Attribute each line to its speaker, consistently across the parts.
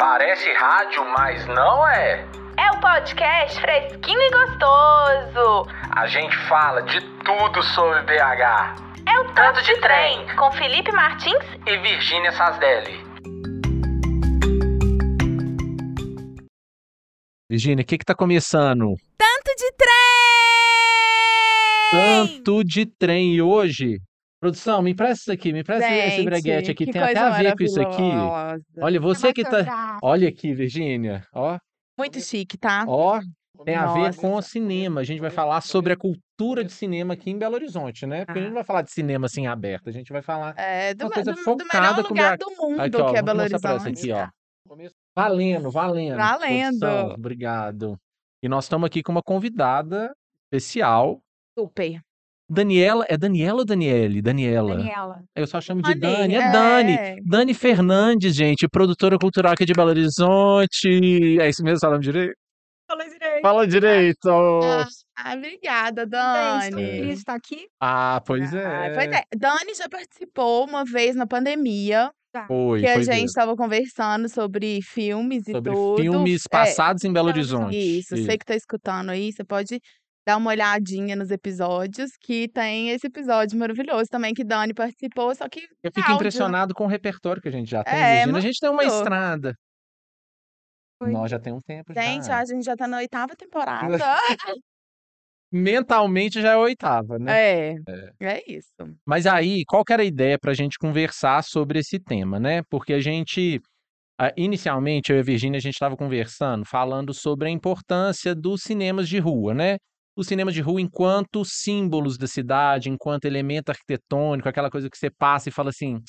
Speaker 1: Parece rádio, mas não é.
Speaker 2: É o podcast fresquinho e gostoso.
Speaker 1: A gente fala de tudo sobre BH.
Speaker 2: É o Tanto, de, trem, com Felipe Martins.
Speaker 1: E Virgínia Sasdelli.
Speaker 3: Virgínia, o que que tá começando?
Speaker 4: Tanto de trem!
Speaker 3: Tanto de trem e hoje. Produção, me empresta isso aqui, me empresta esse
Speaker 4: Gente,
Speaker 3: breguete aqui.
Speaker 4: que
Speaker 3: Tem até
Speaker 4: coisa
Speaker 3: a ver com isso aqui.
Speaker 4: maravilhosa.
Speaker 3: Olha, você que tá. Olha aqui, Virgínia. Ó,
Speaker 4: Muito chique, tá?
Speaker 3: ó, tem a ver
Speaker 4: Nossa. é
Speaker 3: com o cinema. A gente vai falar sobre a cultura de cinema aqui em Belo Horizonte, né? Porque a gente não vai falar de cinema assim aberto, a gente vai falar
Speaker 4: É, Ah. do,
Speaker 3: uma coisa
Speaker 4: do- do
Speaker 3: focada
Speaker 4: melhor
Speaker 3: com
Speaker 4: lugar do mundo
Speaker 3: Aqui, ó,
Speaker 4: que é
Speaker 3: vou
Speaker 4: Belo
Speaker 3: mostrar pra essa
Speaker 4: Horizonte.
Speaker 3: aqui, ó. Valendo, valendo.
Speaker 4: Valendo.
Speaker 3: produção, obrigado. E nós estamos aqui com uma convidada especial.
Speaker 4: Super.
Speaker 3: Daniela, é Daniela ou Daniele? Daniela.
Speaker 5: Daniela.
Speaker 3: Eu só chamo de
Speaker 4: Dani,
Speaker 3: Dani. É
Speaker 4: é.
Speaker 3: Dani. Dani Fernandes, gente, produtora cultural aqui de Belo Horizonte. É isso mesmo, falamos direito?
Speaker 5: Falei direito.
Speaker 3: Fala direito.
Speaker 4: É Ah, obrigada,
Speaker 5: Gente, tô
Speaker 3: É.
Speaker 4: Dani.
Speaker 5: feliz de estar aqui.
Speaker 3: Ah, pois é.
Speaker 4: Ah, pois é. Dani já participou uma vez na pandemia,
Speaker 3: Foi,
Speaker 4: que a
Speaker 3: foi
Speaker 4: gente
Speaker 3: mesmo.
Speaker 4: estava conversando sobre filmes e
Speaker 3: é. Sobre
Speaker 4: tudo.
Speaker 3: filmes
Speaker 4: É,
Speaker 3: passados em Belo
Speaker 5: Belo Horizonte.
Speaker 3: Horizonte.
Speaker 4: Isso, você que tá escutando aí, você pode dar uma olhadinha nos episódios, que tem esse episódio maravilhoso também, que Dani participou, só que
Speaker 3: Eu fico
Speaker 4: áudio, né?
Speaker 3: impressionado com o repertório que a gente já tem,
Speaker 4: É,
Speaker 3: Virgínia. A gente tem uma
Speaker 4: mudou.
Speaker 3: estrada.
Speaker 5: Foi.
Speaker 3: Nós já tem um tempo
Speaker 4: Gente,
Speaker 3: já.
Speaker 4: a gente já tá na oitava temporada.
Speaker 3: Mentalmente já é a oitava, né?
Speaker 4: é, é isso.
Speaker 3: Mas aí, qual que era a ideia para a gente conversar sobre esse tema, né? Porque a gente, ah, inicialmente, eu e a Virgínia, a gente estava conversando, falando sobre a importância dos cinemas de rua, né? Os cinemas de rua enquanto símbolos da cidade, enquanto elemento arquitetônico, aquela coisa que você passa e fala assim,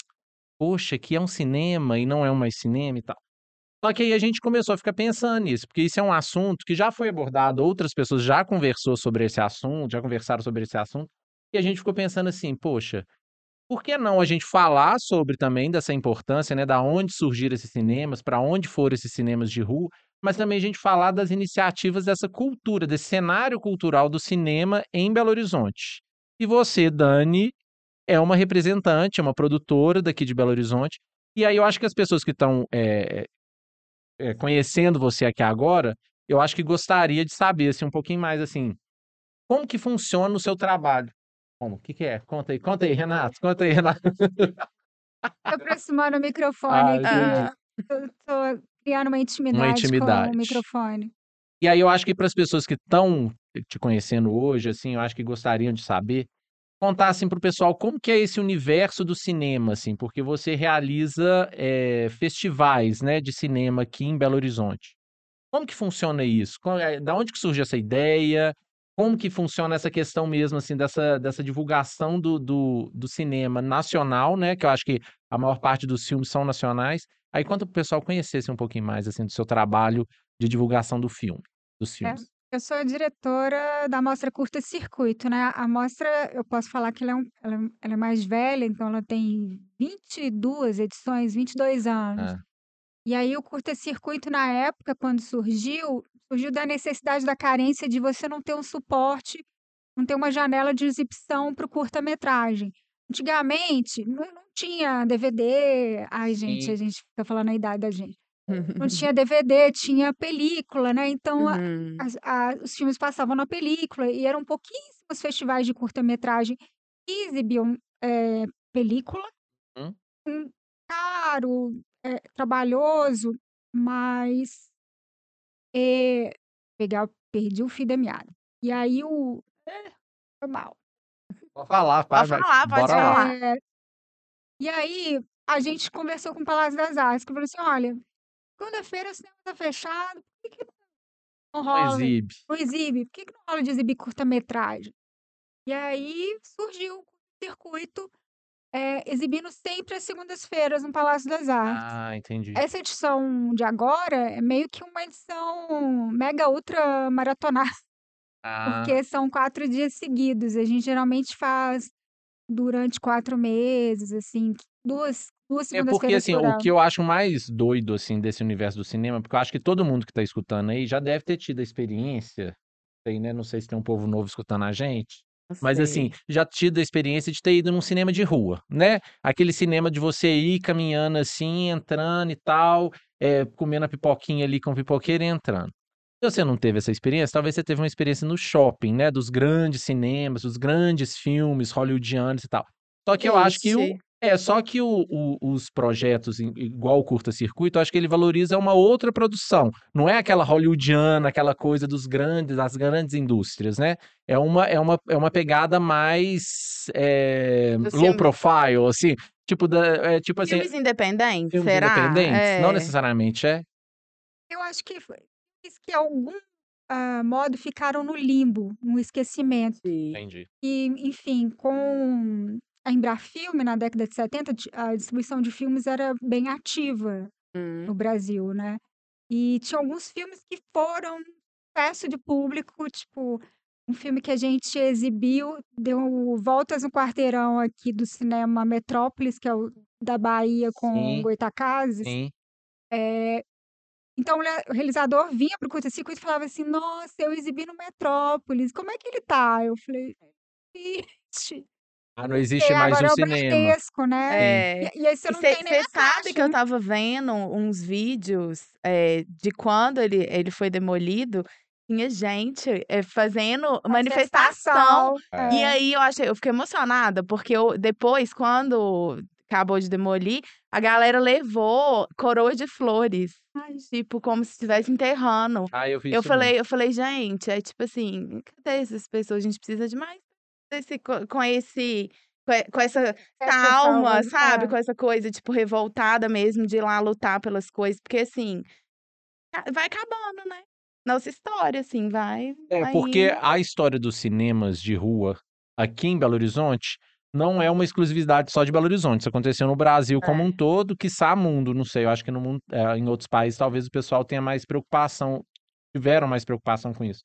Speaker 3: poxa, aqui é um cinema e não é um mais cinema e tal. Só que aí a gente começou a ficar pensando nisso, porque isso é um assunto que já foi abordado, outras pessoas já conversou sobre esse assunto, já conversaram sobre esse assunto, e a gente ficou pensando assim, poxa, por que não a gente falar sobre também dessa importância, né, da onde surgiram esses cinemas, para onde foram esses cinemas de rua, mas também a gente falar das iniciativas dessa cultura, desse cenário cultural do cinema em Belo Horizonte. E você, Dani, é uma representante, é uma produtora daqui de Belo Horizonte. E aí eu acho que as pessoas que estão é, é, conhecendo você aqui agora, eu acho que gostaria de saber assim, um pouquinho mais assim, como que funciona o seu trabalho? Como? O que, que é? Conta aí, conta aí, Renato. Conta aí, Renato.
Speaker 5: Tô aproximando o
Speaker 3: Ah,
Speaker 5: microfone.
Speaker 3: entendi.
Speaker 4: Ah,
Speaker 5: Tô, tô criando uma intimidade,
Speaker 3: intimidade.
Speaker 5: com o microfone.
Speaker 3: E aí eu acho que para as pessoas que estão te conhecendo hoje, assim, eu acho que gostariam de saber, contar assim para o pessoal como que é esse universo do cinema, assim, porque você realiza eh, festivais, né, de cinema aqui em Belo Horizonte. Como que funciona isso? Qual é- Da onde que surge essa ideia? Como que funciona essa questão mesmo, assim, dessa, dessa divulgação do, do, do cinema nacional, né? Que eu acho que a maior parte dos filmes são nacionais. Aí conta para o pessoal conhecesse um pouquinho mais, assim, do seu trabalho de divulgação do filme, dos
Speaker 4: É.
Speaker 3: filmes.
Speaker 5: Eu sou diretora da Mostra Curta Circuito, né? A mostra, eu posso falar que ela é, um- ela é- ela é mais velha, então ela tem 22 edições, 22 anos.
Speaker 3: Ah.
Speaker 5: E aí o curta-circuito na época, quando surgiu, surgiu da necessidade da carência de você não ter um suporte, não ter uma janela de exibição para o curta-metragem. Antigamente, não, não tinha DVD. Ai, gente,
Speaker 3: Sim.
Speaker 5: a gente fica falando a idade da gente. Não tinha DVD, tinha película, né? Então, a-
Speaker 4: uhum.
Speaker 5: as- a- os filmes passavam na película e eram pouquíssimos festivais de curta-metragem que exibiam eh, película.
Speaker 3: Uhum.
Speaker 5: Um caro, eh, trabalhoso, mas eh, pegar, perdi o fio da meada. E aí o. eh, Foi mal.
Speaker 3: Pode falar,
Speaker 4: Pode falar, pode
Speaker 3: Bora
Speaker 4: falar.
Speaker 3: Tá lá.
Speaker 5: É, E aí, a gente conversou com o Palácio das Artes, que falou assim: olha, segunda-feira o cinema tá fechado, por que, que
Speaker 3: Não
Speaker 5: não rola?
Speaker 3: exibe.
Speaker 5: não exibe? Por que, que não rola de exibir curta-metragem? E aí surgiu o circuito é, exibindo sempre às segundas-feiras no Palácio das Artes.
Speaker 3: Ah, entendi.
Speaker 4: É,
Speaker 5: Essa edição de agora é meio que uma edição mega ultra maratonar,
Speaker 3: Ah,
Speaker 4: é
Speaker 5: porque são quatro dias seguidos. A gente geralmente faz durante quatro meses, assim, duas, duas
Speaker 3: É porque,
Speaker 5: segundas-feiras
Speaker 3: assim,
Speaker 5: por
Speaker 3: o
Speaker 5: ano.
Speaker 3: que eu acho mais doido, assim, desse universo do cinema, porque eu acho que todo mundo que tá escutando aí já deve ter tido a experiência, tem, né? Não sei se tem um povo novo escutando a gente, mas, assim, já tido a experiência de ter ido num cinema de rua, né? Aquele cinema de você ir caminhando assim, entrando e tal, é, comendo a pipoquinha ali com o pipoqueiro e entrando. Se você não teve essa experiência, talvez você teve uma experiência no shopping, né? Dos grandes cinemas, dos grandes filmes hollywoodianos e tal. Só que eu acho que o,
Speaker 4: Esse.
Speaker 3: é, só que o- o- os projetos i- igual o curta-circuito, eu acho que ele valoriza uma outra produção. Não é aquela hollywoodiana, aquela coisa dos grandes, das grandes indústrias, né? É uma, é uma, é uma pegada mais é,
Speaker 4: Do
Speaker 3: low
Speaker 4: filme.
Speaker 3: profile, assim. Tipo, da, é, tipo assim,
Speaker 4: Filmes independentes,
Speaker 3: filmes
Speaker 4: será?
Speaker 3: independentes. Não
Speaker 4: É.
Speaker 3: necessariamente, é?
Speaker 5: Eu acho que foi diz que algum ah, modo ficaram no limbo, no esquecimento.
Speaker 3: Entendi.
Speaker 5: E, enfim, com a Embrafilme, na década de 70, ti- a distribuição de filmes era bem ativa
Speaker 4: Hum.
Speaker 5: no
Speaker 3: Uhum.
Speaker 5: Brasil, né? E tinha alguns filmes que foram sucesso de público, tipo, um filme que a gente exibiu, deu voltas no quarteirão aqui do cinema Metrópolis, que é o da Bahia com
Speaker 3: Sim.
Speaker 5: o Goitacazes.
Speaker 3: Sim.
Speaker 5: É, Então, o le- o realizador vinha pro curta-circuito e falava assim: Nossa, eu exibi no Metrópolis, como é que ele tá? Eu falei: Triste.
Speaker 3: Ah, não existe
Speaker 5: Porque
Speaker 3: mais
Speaker 5: agora
Speaker 3: um
Speaker 5: é o
Speaker 3: cinema.
Speaker 5: Bradesco, né?
Speaker 4: É.
Speaker 5: E, e aí você não tem nem
Speaker 4: Você
Speaker 5: na
Speaker 4: sabe que é eu
Speaker 5: caixa, né?
Speaker 4: tava vendo uns vídeos é, de quando ele, ele foi demolido, tinha gente é, fazendo manifestação.
Speaker 5: Manifestação,
Speaker 4: E
Speaker 5: é.
Speaker 4: aí eu achei, eu fiquei emocionada, porque eu- depois, quando acabou de demolir, a galera levou coroa de flores.
Speaker 5: Ai, gente,
Speaker 4: Tipo, como se estivesse enterrando.
Speaker 3: Ah, eu vi
Speaker 4: Eu
Speaker 3: isso mesmo.
Speaker 4: falei, eu falei, gente, é tipo assim, cadê essas pessoas? A gente precisa de mais desse, co- com esse. com e- Com essa
Speaker 5: essas
Speaker 4: calma,
Speaker 5: salvas,
Speaker 4: sabe?
Speaker 5: é.
Speaker 3: tá.
Speaker 4: Com essa coisa, tipo, revoltada mesmo de ir lá lutar pelas coisas. Porque, assim, a- vai acabando, né? Nossa história, assim, vai.
Speaker 3: É,
Speaker 4: vai
Speaker 3: porque
Speaker 4: indo.
Speaker 3: a história dos cinemas de rua aqui em Belo Horizonte não é uma exclusividade só de Belo Horizonte. Isso aconteceu no Brasil como um todo, quiçá mundo, não sei. Eu acho que no mundo, é, em outros países talvez o pessoal tenha mais preocupação, tiveram mais preocupação com isso.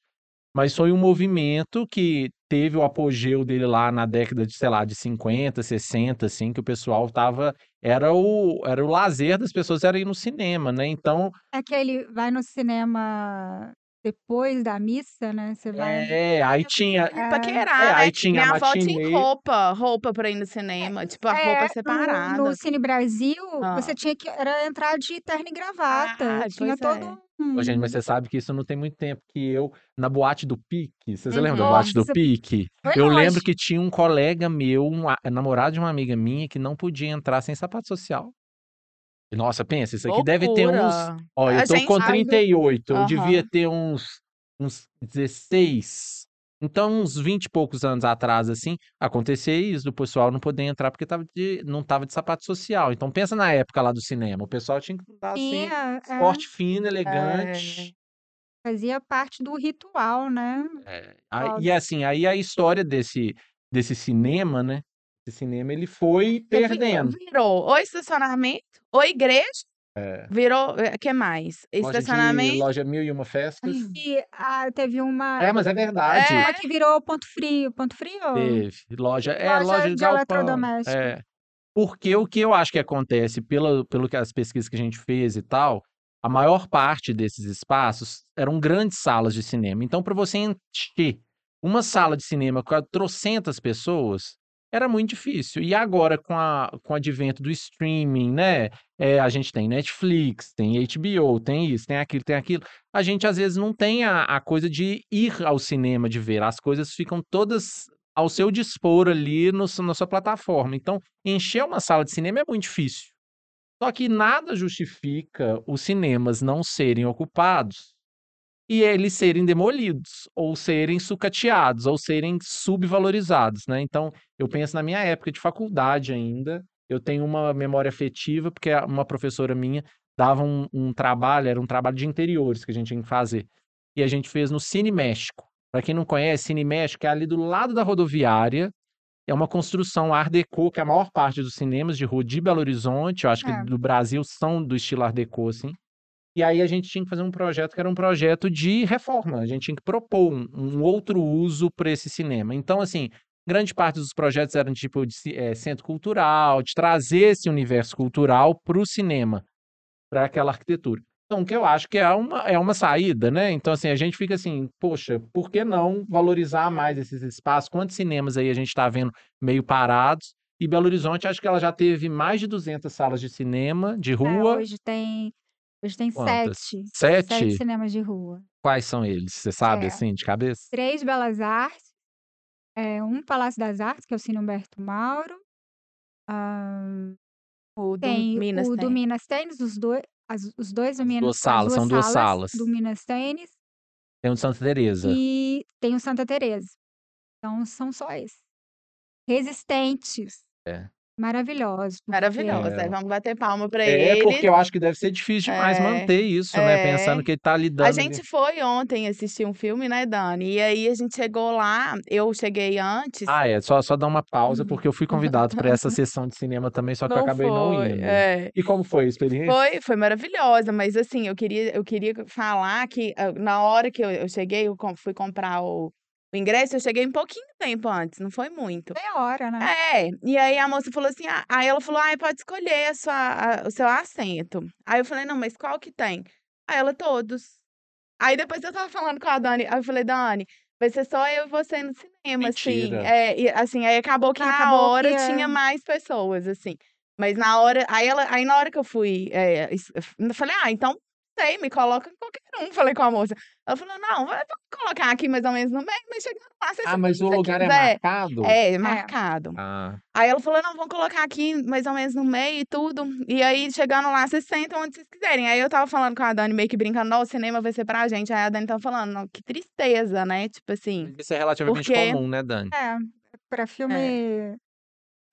Speaker 3: Mas foi um movimento que teve o apogeu dele lá na década de, sei lá, de 50, 60, assim, que o pessoal tava. Era o, era o lazer das pessoas, era ir no cinema, né? Então,
Speaker 5: É que ele vai no cinema depois da missa, né? Você vai.
Speaker 3: é, aí tinha.
Speaker 5: É.
Speaker 4: Paquerar,
Speaker 3: É,
Speaker 4: né?
Speaker 3: aí tinha
Speaker 4: Minha avó tinha
Speaker 3: matinê. É,
Speaker 4: roupa, roupa pra ir no cinema, tipo, a
Speaker 5: É,
Speaker 4: roupa
Speaker 5: no-
Speaker 4: separada.
Speaker 5: No, Cine Brasil,
Speaker 4: Ah.
Speaker 5: você tinha que era entrar de terno e gravata.
Speaker 4: Ah,
Speaker 5: tinha
Speaker 4: pois
Speaker 5: todo
Speaker 4: é.
Speaker 5: um.
Speaker 3: Ô, gente, mas você sabe que isso não tem muito tempo que eu, na boate do Pique, vocês
Speaker 4: Uhum.
Speaker 3: lembram da boate do
Speaker 5: Nossa,
Speaker 3: Pique?
Speaker 5: Foi
Speaker 3: Eu
Speaker 5: longe.
Speaker 3: lembro que tinha um colega meu, um a- namorado de uma amiga minha, que não podia entrar sem sapato social. E, Nossa, pensa, isso aqui deve ter uns.
Speaker 4: Loucura.
Speaker 3: Ó, eu
Speaker 4: A
Speaker 3: tô
Speaker 4: gente-
Speaker 3: com
Speaker 4: a gente-
Speaker 3: 38, eu
Speaker 4: Aham.
Speaker 3: devia ter uns, uns 16. Então, uns 20 e poucos anos atrás, assim, acontecia isso, do pessoal não poder entrar porque tava de, não tava de sapato social. Então, pensa na época lá do cinema, o pessoal tinha que estar assim,
Speaker 5: tinha,
Speaker 4: Ah,
Speaker 5: é,
Speaker 3: esporte fino, elegante.
Speaker 4: é.
Speaker 5: fazia parte do ritual, né?
Speaker 3: Aí-
Speaker 5: Óbvio.
Speaker 3: e assim, aí a história desse, desse cinema, né? Esse cinema ele foi
Speaker 4: Porque vi-
Speaker 3: perdendo.
Speaker 4: Virou ou estacionamento, ou igreja. Virou, o que mais?
Speaker 3: É, Loja de
Speaker 4: Estacionamento.
Speaker 3: loja mil e uma festas.
Speaker 5: E ah, teve uma,
Speaker 3: É, mas é verdade.
Speaker 5: uma que virou ponto frio. Ponto frio?
Speaker 3: Teve. Loja, é,
Speaker 5: Loja
Speaker 3: loja, de,
Speaker 5: de
Speaker 3: galpão,
Speaker 5: eletrodoméstico.
Speaker 3: É. Porque o que eu acho que acontece, pela, pelo que as pesquisas que a gente fez e tal, a maior parte desses espaços eram grandes salas de cinema. Então, para você encher uma sala de cinema com a- trocentas pessoas, era muito difícil. E agora, com, a, com o advento do streaming, né? É, a gente tem Netflix, tem HBO, tem isso, tem aquilo, tem aquilo. A gente, às vezes, não tem a, a coisa de ir ao cinema, de ver. As coisas ficam todas ao seu dispor ali no, su- na sua plataforma. Então, encher uma sala de cinema é muito difícil. Só que nada justifica os cinemas não serem ocupados e eles serem demolidos, ou serem sucateados, ou serem subvalorizados, né? Então, eu penso na minha época de faculdade ainda, eu tenho uma memória afetiva, porque a- uma professora minha dava um, um trabalho, era um trabalho de interiores que a gente tinha que fazer. E a gente fez no Cine México. Para quem não conhece, Cine México é ali do lado da rodoviária, é uma construção Art Deco, que é a maior parte dos cinemas de rua de Belo Horizonte, eu acho
Speaker 5: É.
Speaker 3: que do Brasil, são do estilo Art Deco, assim. E aí a gente tinha que fazer um projeto que era um projeto de reforma. A gente tinha que propor um, um outro uso para esse cinema. Então, assim, grande parte dos projetos eram tipo de ci- eh, centro cultural, de trazer esse universo cultural para o cinema, para aquela arquitetura. Então, que eu acho que é uma, é uma saída, né? Então, assim, a gente fica assim, poxa, por que não valorizar mais esses espaços? Quantos cinemas aí a gente está vendo meio parados? E Belo Horizonte, acho que ela já teve mais de 200 salas de cinema, de
Speaker 5: É,
Speaker 3: rua.
Speaker 5: hoje tem Hoje tem
Speaker 3: Quantas?
Speaker 5: sete.
Speaker 3: Sete?
Speaker 5: Sete cinemas de rua.
Speaker 3: Quais são eles? Você sabe,
Speaker 5: É.
Speaker 3: assim, de cabeça?
Speaker 5: Três Belas Artes. é, um Palácio das Artes, que é o Cine Humberto Mauro. ah,
Speaker 4: O do
Speaker 5: tem
Speaker 4: Minas
Speaker 5: o do
Speaker 4: tem.
Speaker 5: Minas Tênis, os dois, as- os dois do Minas
Speaker 3: duas
Speaker 5: as
Speaker 3: salas, são duas salas.
Speaker 5: Do Minas Tênis
Speaker 3: Tem um de Santa Teresa.
Speaker 5: e tem o Santa Teresa. Então são só esses. Resistentes.
Speaker 3: É.
Speaker 5: Maravilhosos. porque-
Speaker 4: Maravilhosa.
Speaker 3: É.
Speaker 4: Vamos bater palma pra
Speaker 3: É,
Speaker 4: ele.
Speaker 3: porque eu acho que deve ser difícil demais
Speaker 4: É,
Speaker 3: manter isso, né?
Speaker 4: é.
Speaker 3: Pensando que ele tá lidando.
Speaker 4: A gente foi ontem assistir um filme, né, Dani? E aí a gente chegou lá, eu cheguei antes.
Speaker 3: Ah, é, só, só dar uma pausa, porque eu fui convidado para essa sessão de cinema também, só que eu acabei não
Speaker 4: foi,
Speaker 3: indo.
Speaker 4: é.
Speaker 3: E como foi a experiência?
Speaker 4: Foi, foi maravilhosa, mas assim, eu queria, eu queria falar que ah, na hora que eu, eu cheguei, eu com- fui comprar o, o ingresso, eu cheguei um pouquinho tempo antes, não foi muito.
Speaker 5: Meia hora, né?
Speaker 4: É, e aí a moça falou assim, ah, aí ela falou, ai, pode escolher a sua, a- o seu assento. Aí eu falei, não, mas qual que tem? Aí ela, todos. Aí depois eu tava falando com a Dani, aí eu falei, Dani, vai ser só eu e você no cinema,
Speaker 3: Mentira.
Speaker 4: assim. É, e, assim, aí acabou que na
Speaker 5: Acabou
Speaker 4: hora
Speaker 5: que, é.
Speaker 4: tinha mais pessoas, assim. Mas na hora, aí, ela, aí na hora que eu fui, é, es- eu falei, ah, então sei, me coloca em qualquer um, falei com a moça. Ela falou, não, vai vamos colocar aqui mais ou menos no meio, mas chegando lá, você
Speaker 3: Ah, mas o
Speaker 4: você
Speaker 3: lugar é
Speaker 4: quiser.
Speaker 3: marcado?
Speaker 4: É, marcado.
Speaker 3: Ah,
Speaker 4: Aí ela falou, não, vamos colocar aqui mais ou menos no meio e tudo. E aí, chegando lá, vocês sentam onde vocês quiserem. Aí eu tava falando com a Dani, meio que brincando, não, o cinema vai ser pra gente. Aí a Dani tava falando, não, que tristeza, né? Tipo assim,
Speaker 3: mas isso é relativamente
Speaker 4: Porque-
Speaker 3: comum, né, Dani?
Speaker 5: É, para filme,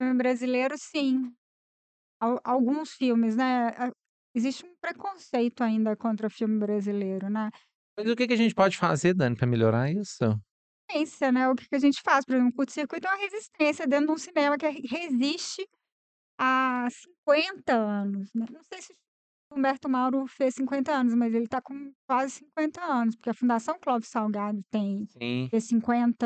Speaker 5: filme brasileiro, sim. Al- alguns filmes, né? A- Existe um preconceito ainda contra filme brasileiro, né?
Speaker 3: Mas o que, que a gente pode fazer, Dani, para melhorar isso?
Speaker 5: Resistência, né? O que, que a gente faz? Por exemplo, um curto-circuito é uma resistência dentro de um cinema que re- resiste há 50 anos, né? Não sei se o Humberto Mauro fez 50 anos, mas ele está com quase 50 anos, porque a Fundação Clóvis Salgado tem
Speaker 3: Sim.
Speaker 5: ter 50.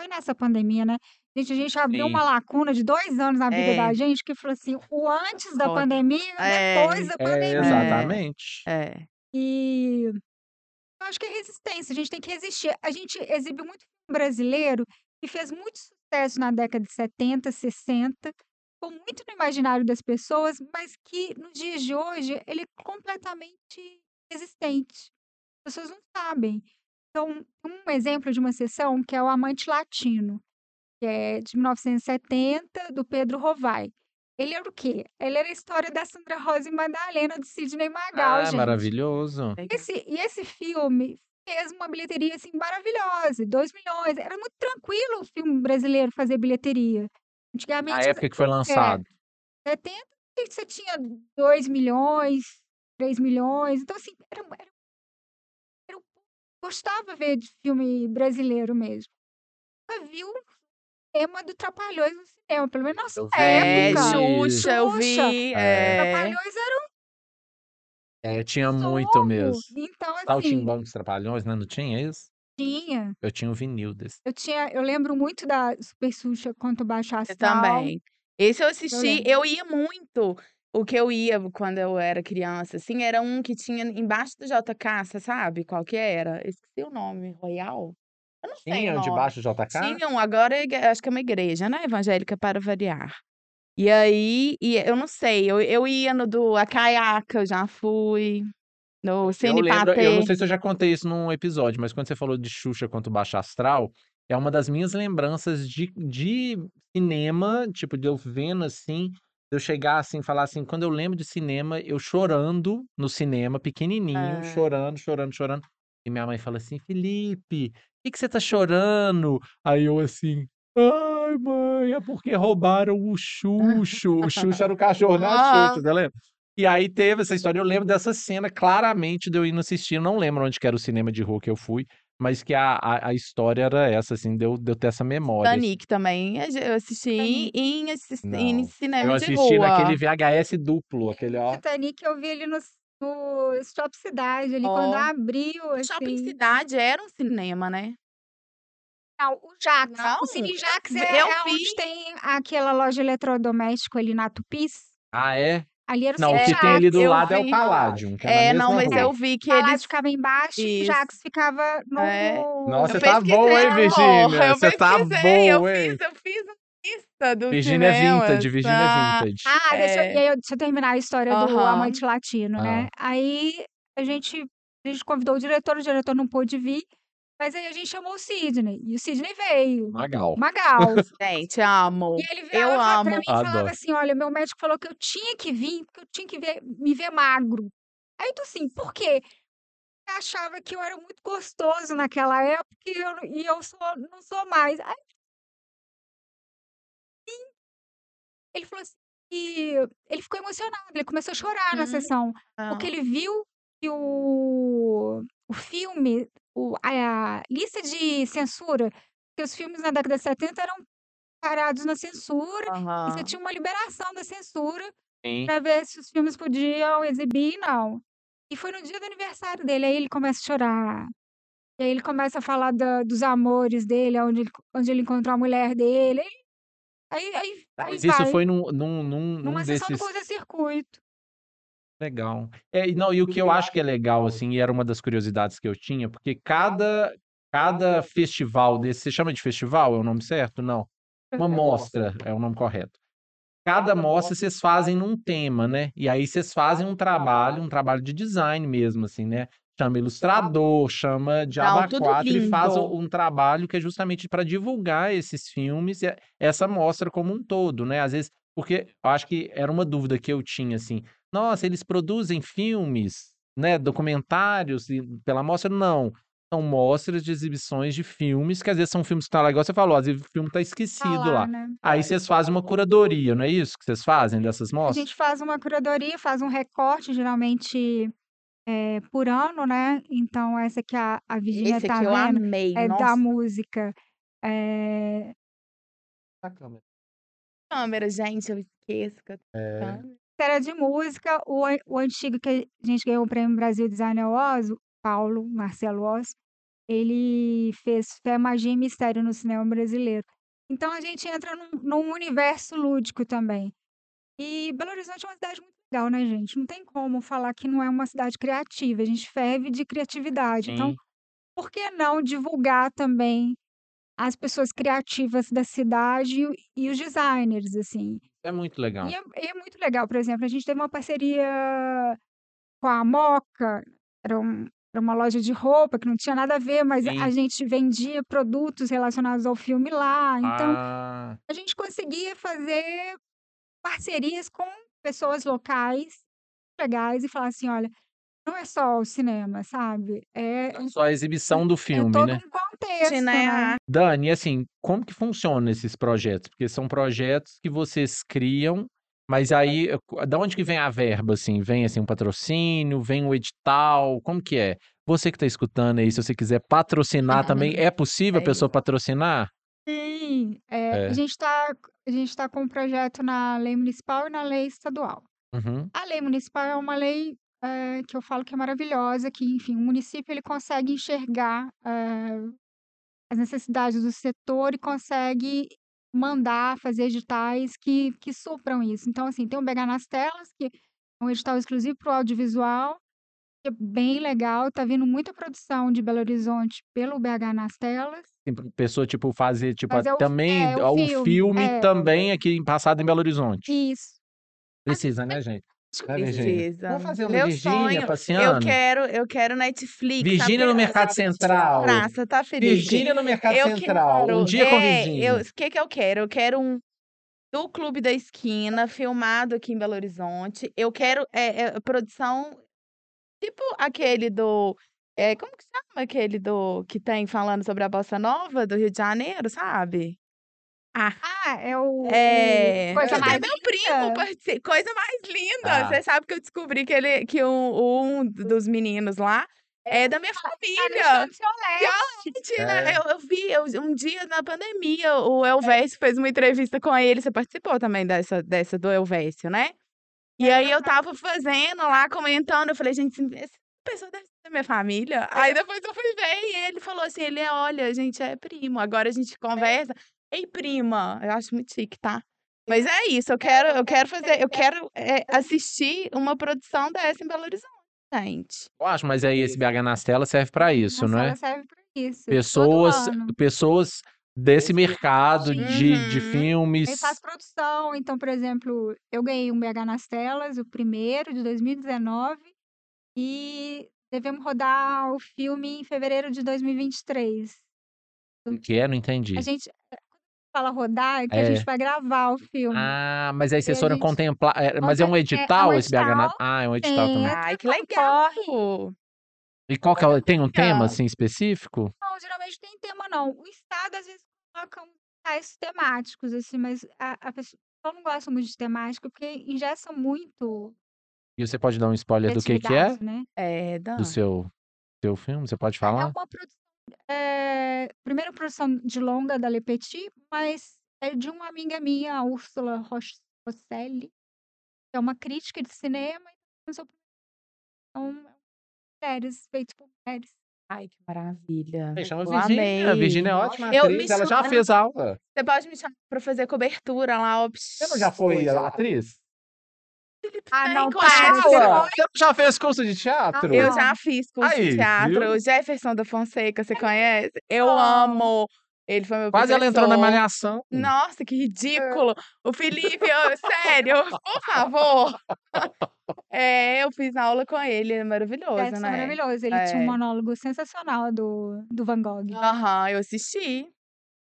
Speaker 5: Foi nessa pandemia, né? Gente, a gente abriu uma
Speaker 3: Sim.
Speaker 5: lacuna de dois anos na vida
Speaker 4: É.
Speaker 5: da gente que falou assim: o antes da
Speaker 4: Foda.
Speaker 5: pandemia,
Speaker 4: É,
Speaker 5: depois da
Speaker 3: É,
Speaker 5: pandemia.
Speaker 3: exatamente.
Speaker 4: é.
Speaker 5: E eu acho que é resistência, a gente tem que resistir. A gente exibe muito filme brasileiro que fez muito sucesso na década de 70, 60, ficou muito no imaginário das pessoas, mas que nos dias de hoje ele é completamente resistente. As pessoas não sabem. Então, um exemplo de uma sessão que é o Amante Latino, que é de 1970, do Pedro Rovai. Ele era o quê? Ele era a história da Sandra Rosa e Madalena, do Sidney Magal,
Speaker 3: ah,
Speaker 5: gente.
Speaker 3: maravilhoso.
Speaker 4: é
Speaker 5: Esse, e esse filme fez uma bilheteria assim maravilhosa, 2 milhões. Era muito tranquilo o filme brasileiro fazer bilheteria. Antigamente,
Speaker 3: A época que foi lançado.
Speaker 5: 70, você tinha 2 milhões, 3 milhões. Então, assim, era, era, era um- gostava ver de filme brasileiro mesmo. Nunca vi o tema do Trapalhões no cinema, pelo menos na nossa
Speaker 3: Eu
Speaker 4: É,
Speaker 3: vi.
Speaker 5: época.
Speaker 4: Xuxa, eu
Speaker 5: Xuxa.
Speaker 4: vi.
Speaker 3: É.
Speaker 4: É.
Speaker 5: Trapalhões era
Speaker 3: É, tinha
Speaker 5: um
Speaker 3: muito
Speaker 5: jogo.
Speaker 3: mesmo.
Speaker 5: Então,
Speaker 3: Tá o
Speaker 5: assim,
Speaker 3: Timbão dos Trapalhões, né? Não tinha isso?
Speaker 5: tinha.
Speaker 3: Eu tinha o vinil desse.
Speaker 5: Eu tinha, eu lembro muito da Super Xuxa quanto baixo
Speaker 4: Eu
Speaker 5: astral.
Speaker 4: também. Esse eu assisti,
Speaker 5: lembro.
Speaker 4: eu, ia muito. O que eu ia quando eu era criança, assim, era um que tinha embaixo do JK, você sabe qual que era? Eu Esqueci o nome, Royal? Eu não sei
Speaker 3: Tinha
Speaker 4: o
Speaker 3: o
Speaker 4: nome.
Speaker 3: de baixo do JK?
Speaker 4: Tinham, agora é igre- acho que é uma igreja, né? Evangélica para variar. E aí, e eu não sei, eu, eu ia no do A Caiaca, eu já fui. No
Speaker 3: Eu
Speaker 4: Cine
Speaker 3: lembro, eu não
Speaker 4: Patê.
Speaker 3: sei se é eu já contei isso num episódio, mas quando você falou de Xuxa quanto Baixa Astral, é uma das minhas lembranças de, de cinema, tipo, de eu vendo assim, de eu chegar assim, e falar assim, quando eu lembro de cinema, eu chorando no cinema, pequenininho,
Speaker 4: Ah.
Speaker 3: chorando, chorando, chorando. E minha mãe fala assim, Felipe, por que, que você tá chorando? Aí eu assim, ai mãe, é porque roubaram o Xuxo. O Xuxo era o cachorro, não a Xuxa, você lembra? E aí teve essa história. Eu lembro dessa cena claramente de eu indo assistir. eu não lembro onde que era o cinema de rua que eu fui, mas que a, a, a história era essa, assim, deu, deu ter essa memória. assim.
Speaker 4: Titanic também, a gen- eu assisti em,
Speaker 5: Titanic.
Speaker 4: em, assis- em
Speaker 3: Não,
Speaker 4: cinema
Speaker 3: Eu
Speaker 4: é de
Speaker 3: assisti
Speaker 4: rua.
Speaker 3: naquele VHS duplo, aquele ó.
Speaker 5: Titanic, eu vi ele no, no Shop Cidade, ali
Speaker 4: Ó.
Speaker 5: quando abriu, assim.
Speaker 4: Shopping Cidade era um cinema, né?
Speaker 5: Não, o Jax.
Speaker 4: Não,
Speaker 5: o Cine Jax
Speaker 4: eu-
Speaker 5: é,
Speaker 4: eu
Speaker 5: é
Speaker 4: vi.
Speaker 5: onde tem aquela loja eletrodoméstico ali na Tupis.
Speaker 3: Ah, é?
Speaker 5: Ali era o
Speaker 3: Não, o
Speaker 5: Cine
Speaker 3: que
Speaker 5: Jax.
Speaker 3: tem ali do
Speaker 4: eu
Speaker 3: lado é o
Speaker 4: vi.
Speaker 3: Palladium, que é, na
Speaker 4: É,
Speaker 3: mesma
Speaker 4: não, mas
Speaker 3: rua.
Speaker 4: eu vi que
Speaker 5: O Palácio
Speaker 4: eles.
Speaker 5: ficava embaixo e o
Speaker 4: Isso.
Speaker 5: Jax ficava no...
Speaker 4: É.
Speaker 3: Nossa, você
Speaker 4: Eu
Speaker 3: tá
Speaker 4: pesquisei,
Speaker 3: boa, hein,
Speaker 4: amor,
Speaker 3: Virgínia?
Speaker 4: Eu
Speaker 3: Você tá
Speaker 4: pesquisei, eu
Speaker 3: boa, hein?
Speaker 4: fiz, eu fiz Vista do
Speaker 3: Virginia
Speaker 4: cinema,
Speaker 3: Vintage, Virginia
Speaker 4: tá?
Speaker 3: Vintage.
Speaker 5: Ah, deixa, eu-
Speaker 4: É.
Speaker 5: e aí eu- deixa eu terminar a história do
Speaker 4: Aham. Ah.
Speaker 5: Amante Latino, né? Aí a gente, a gente convidou o diretor, o diretor não pôde vir, mas aí a gente chamou o Sidney, e o Sidney veio,
Speaker 3: Magal.
Speaker 5: o Magal.
Speaker 4: Gente, amo.
Speaker 5: E ele virava
Speaker 4: Eu
Speaker 5: pra- pra
Speaker 4: amo.
Speaker 5: mim e falava
Speaker 3: Adoro.
Speaker 5: assim: olha, meu médico falou que eu tinha que vir, porque eu tinha que ver- me ver magro. Aí tu assim, por quê? Eu achava que eu era muito gostoso naquela época e eu, não- e eu sou- não sou mais. Aí, sim. Ele falou assim, e ele ficou emocionado, ele começou a chorar na
Speaker 4: Hum.
Speaker 5: sessão, porque ele viu que o, o filme, o- a, a lista de censura, porque os filmes na década de 70 eram parados na censura, e
Speaker 4: Aham.
Speaker 5: você tinha uma liberação da censura
Speaker 3: Sim.
Speaker 5: para ver se os filmes podiam exibir e não. E foi no dia do aniversário dele, aí ele começa a chorar. E aí ele começa a falar da- dos amores dele, onde ele, onde ele encontrou a mulher dele. Aí, aí, aí, aí
Speaker 3: Ah, Mas isso
Speaker 5: vai,
Speaker 3: foi num, num, num, num
Speaker 5: numa sessão
Speaker 3: desses.
Speaker 5: do curta-circuito.
Speaker 3: Legal. É, e não, e o que eu acho que é legal, assim, e era uma das curiosidades que eu tinha, porque cada, cada festival desse, você chama de festival? É o nome certo? Não. Uma mostra é o nome correto. Cada mostra vocês fazem num tema, né? E aí vocês fazem um trabalho, um trabalho de design mesmo, assim, né? Chama ilustrador, chama de
Speaker 4: Não, tudo
Speaker 3: abacuatra e faz
Speaker 4: lindo.
Speaker 3: um trabalho que é justamente para divulgar esses filmes e a- essa mostra como um todo, né? Às vezes, porque eu acho que era uma dúvida que eu tinha, assim, nossa, eles produzem filmes, né, documentários e- pela mostra? Não. São mostras de exibições de filmes, que às vezes são filmes que estão lá, igual você falou, às vezes o filme está
Speaker 5: Tá
Speaker 3: esquecido
Speaker 5: lá,
Speaker 3: lá.
Speaker 5: né?
Speaker 3: Aí vocês fazem uma curadoria, não é isso que vocês fazem dessas
Speaker 5: A
Speaker 3: mostras?
Speaker 5: gente faz uma curadoria, faz um recorte, geralmente é, por ano, né? Então, essa que a, a Virginia
Speaker 4: Esse
Speaker 5: tá
Speaker 4: aqui eu
Speaker 5: vendo
Speaker 4: amei.
Speaker 5: é da
Speaker 4: Nossa,
Speaker 5: música. É,
Speaker 4: câmera, gente, eu esqueço que eu tô câmera.
Speaker 5: era de música, o, an- o antigo que a gente ganhou o Prêmio Brasil Design Awards, o Paulo Marcelo Oz, ele fez Fé, Magia e Mistério no cinema brasileiro. Então a gente entra num, num universo lúdico também. E Belo Horizonte é uma cidade muito legal, né, gente? Não tem como falar que não é uma cidade criativa. A gente ferve de criatividade. Então,
Speaker 3: Sim.
Speaker 5: por que não divulgar também as pessoas criativas da cidade e o- e os designers, assim?
Speaker 3: É muito legal.
Speaker 5: E é, e é muito legal, por exemplo, a gente teve uma parceria com a Moca, era, um- era uma loja de roupa que não tinha nada a ver, mas a
Speaker 3: Sim.
Speaker 5: gente vendia produtos relacionados ao filme lá. Então,
Speaker 3: Ah,
Speaker 5: a gente conseguia fazer parcerias com pessoas locais legais e falar assim: olha, não é só o cinema, sabe? É, é
Speaker 3: só a exibição do filme,
Speaker 5: todo
Speaker 3: né?
Speaker 5: um contexto,
Speaker 4: né?
Speaker 5: né?
Speaker 3: Dani, assim, como que funcionam esses projetos? Porque são projetos que vocês criam, mas aí, eh, co- da onde que vem a verba, assim? Vem, assim, um patrocínio, vem o edital, como que é? Você que está escutando aí, se você quiser patrocinar também, é possível a
Speaker 4: É
Speaker 3: pessoa
Speaker 4: isso.
Speaker 3: patrocinar?
Speaker 5: Sim,
Speaker 3: É.
Speaker 5: é, a gente está a gente tá com um projeto na lei municipal e na lei estadual.
Speaker 3: Uhum,
Speaker 5: A lei municipal é uma lei eh, que eu falo que é maravilhosa, que, enfim, o município ele consegue enxergar eh, as necessidades do setor e consegue mandar fazer editais que, que supram isso. Então, assim, tem o BH nas telas, que é um edital exclusivo para o audiovisual, que é bem legal, tá vindo muita produção de Belo Horizonte pelo BH nas telas.
Speaker 3: Tem pra pessoa, tipo, fazer, tipo,
Speaker 5: Fazer
Speaker 3: a-
Speaker 5: o-
Speaker 3: também,
Speaker 5: é, o
Speaker 3: ó, o
Speaker 5: filme,
Speaker 3: filme
Speaker 5: é.
Speaker 3: também aqui em- passado em Belo Horizonte.
Speaker 5: Isso.
Speaker 3: Precisa, né, gente? Vai, Virgínia.
Speaker 4: Precisa.
Speaker 3: Vamos fazer uma
Speaker 4: Meu
Speaker 3: Virgínia
Speaker 4: sonho. Eu
Speaker 3: passeando?
Speaker 4: quero, eu quero Netflix.
Speaker 3: Virgínia no
Speaker 4: apre-
Speaker 3: Mercado Central.
Speaker 4: tipo, Praça, tá feliz?
Speaker 3: Virgínia no Mercado
Speaker 4: eu
Speaker 3: Central.
Speaker 4: quero.
Speaker 3: Um dia com a
Speaker 4: é,
Speaker 3: Virgínia.
Speaker 4: eu- O que que eu quero? Eu quero um do Clube da Esquina, filmado aqui em Belo Horizonte. Eu quero é, é, produção tipo aquele do. é, como que chama aquele do que tem falando sobre a Bossa Nova do Rio de Janeiro, sabe?
Speaker 5: Ah, é o. o
Speaker 4: É.
Speaker 5: Coisa
Speaker 4: até
Speaker 5: mais
Speaker 4: meu primo
Speaker 5: linda.
Speaker 4: participa. Coisa mais linda.
Speaker 3: Ah.
Speaker 4: Você sabe que eu descobri que, ele, que um, um dos meninos lá é da
Speaker 5: tá,
Speaker 4: minha família. Mentira,
Speaker 3: É.
Speaker 4: eu, eu vi eu- um dia na pandemia, o Elvésio fez uma entrevista com ele. Você participou também dessa, dessa do Elvésio, né? E aí eu tava fazendo lá, comentando, eu falei, gente, esse- essa pessoa deve ser minha família. Aí depois eu fui ver e ele falou assim, ele é, olha, a gente é primo, agora a gente conversa. Ei, prima, eu acho muito chique, tá? Mas é isso, eu quero, eu quero fazer, eu quero é, assistir uma produção dessa em Belo Horizonte, gente.
Speaker 3: Eu acho, mas aí esse BH nas telas serve pra isso,
Speaker 5: Nossa,
Speaker 3: não
Speaker 5: ela
Speaker 3: é?
Speaker 5: serve para isso. todo
Speaker 3: Pessoas,
Speaker 5: ano.
Speaker 3: pessoas desse mercado de, de
Speaker 4: Uhum.
Speaker 3: filmes.
Speaker 5: Ele faz produção, então, por exemplo, eu ganhei um BH nas telas, o primeiro de 2019, e devemos rodar o filme em fevereiro de 2023.
Speaker 3: O que é? Não entendi.
Speaker 5: A gente quando fala rodar, é que a
Speaker 3: É.
Speaker 5: gente vai gravar o filme.
Speaker 3: Ah, mas aí vocês
Speaker 5: a
Speaker 3: foram
Speaker 5: gente-
Speaker 3: contemplar. é, mas é um
Speaker 5: Conte- tipo, é, é
Speaker 3: edital
Speaker 5: um
Speaker 3: esse BH? na-
Speaker 5: edital,
Speaker 3: Ah, é um edital
Speaker 5: tem
Speaker 3: também.
Speaker 5: a-
Speaker 4: Ai, que
Speaker 5: Então,
Speaker 4: legal!
Speaker 3: E qual que é? o- Tem um tema
Speaker 4: Então.
Speaker 3: assim específico?
Speaker 5: Não, geralmente tem tema, não. O Estado, às vezes, coloca uns tais temáticos, assim, mas a, a pessoa eu não gosta muito de temático, porque ingessa muito
Speaker 3: E você pode dar um spoiler do que que é?
Speaker 5: criatividade, né?
Speaker 4: É, Dan.
Speaker 3: Do seu, seu filme? Você pode
Speaker 5: É
Speaker 3: falar?
Speaker 5: uma produção. É, primeiro produção de longa da Le Petit, mas é de uma amiga minha, a Úrsula Ros- Rosselli, que é uma crítica de cinema e lançou são séries feitas por mulheres.
Speaker 4: Ai, que maravilha.
Speaker 3: Aí Chama
Speaker 4: Eu
Speaker 3: a é Virgínia. A
Speaker 4: amei.
Speaker 3: Virgínia é ótima
Speaker 4: Eu
Speaker 3: atriz.
Speaker 4: me
Speaker 3: Ela já
Speaker 4: surpre-
Speaker 3: fez aula.
Speaker 4: Você pode me chamar pra fazer cobertura lá, ó.
Speaker 3: Você não já foi atriz?
Speaker 5: Ah,
Speaker 4: Tem
Speaker 5: não,
Speaker 4: com
Speaker 5: para,
Speaker 4: essa.
Speaker 5: você não
Speaker 3: Ué, Você não já fez curso de teatro?
Speaker 4: Eu
Speaker 5: Não.
Speaker 4: já fiz curso
Speaker 3: Aí,
Speaker 4: de teatro.
Speaker 3: viu?
Speaker 4: O Jefferson da Fonseca, você conhece? Eu
Speaker 5: Não.
Speaker 4: amo. Ele foi meu
Speaker 3: Quase ela entrou na É.
Speaker 4: professor.
Speaker 3: malhação.
Speaker 4: Nossa, que ridículo! O Felipe, eu- sério, por favor. É, eu fiz aula com ele, é maravilhoso,
Speaker 5: Jefferson
Speaker 4: né?
Speaker 5: maravilhoso. Ele tinha
Speaker 4: É.
Speaker 5: um monólogo sensacional do, do Van Gogh.
Speaker 4: Aham, eu assisti.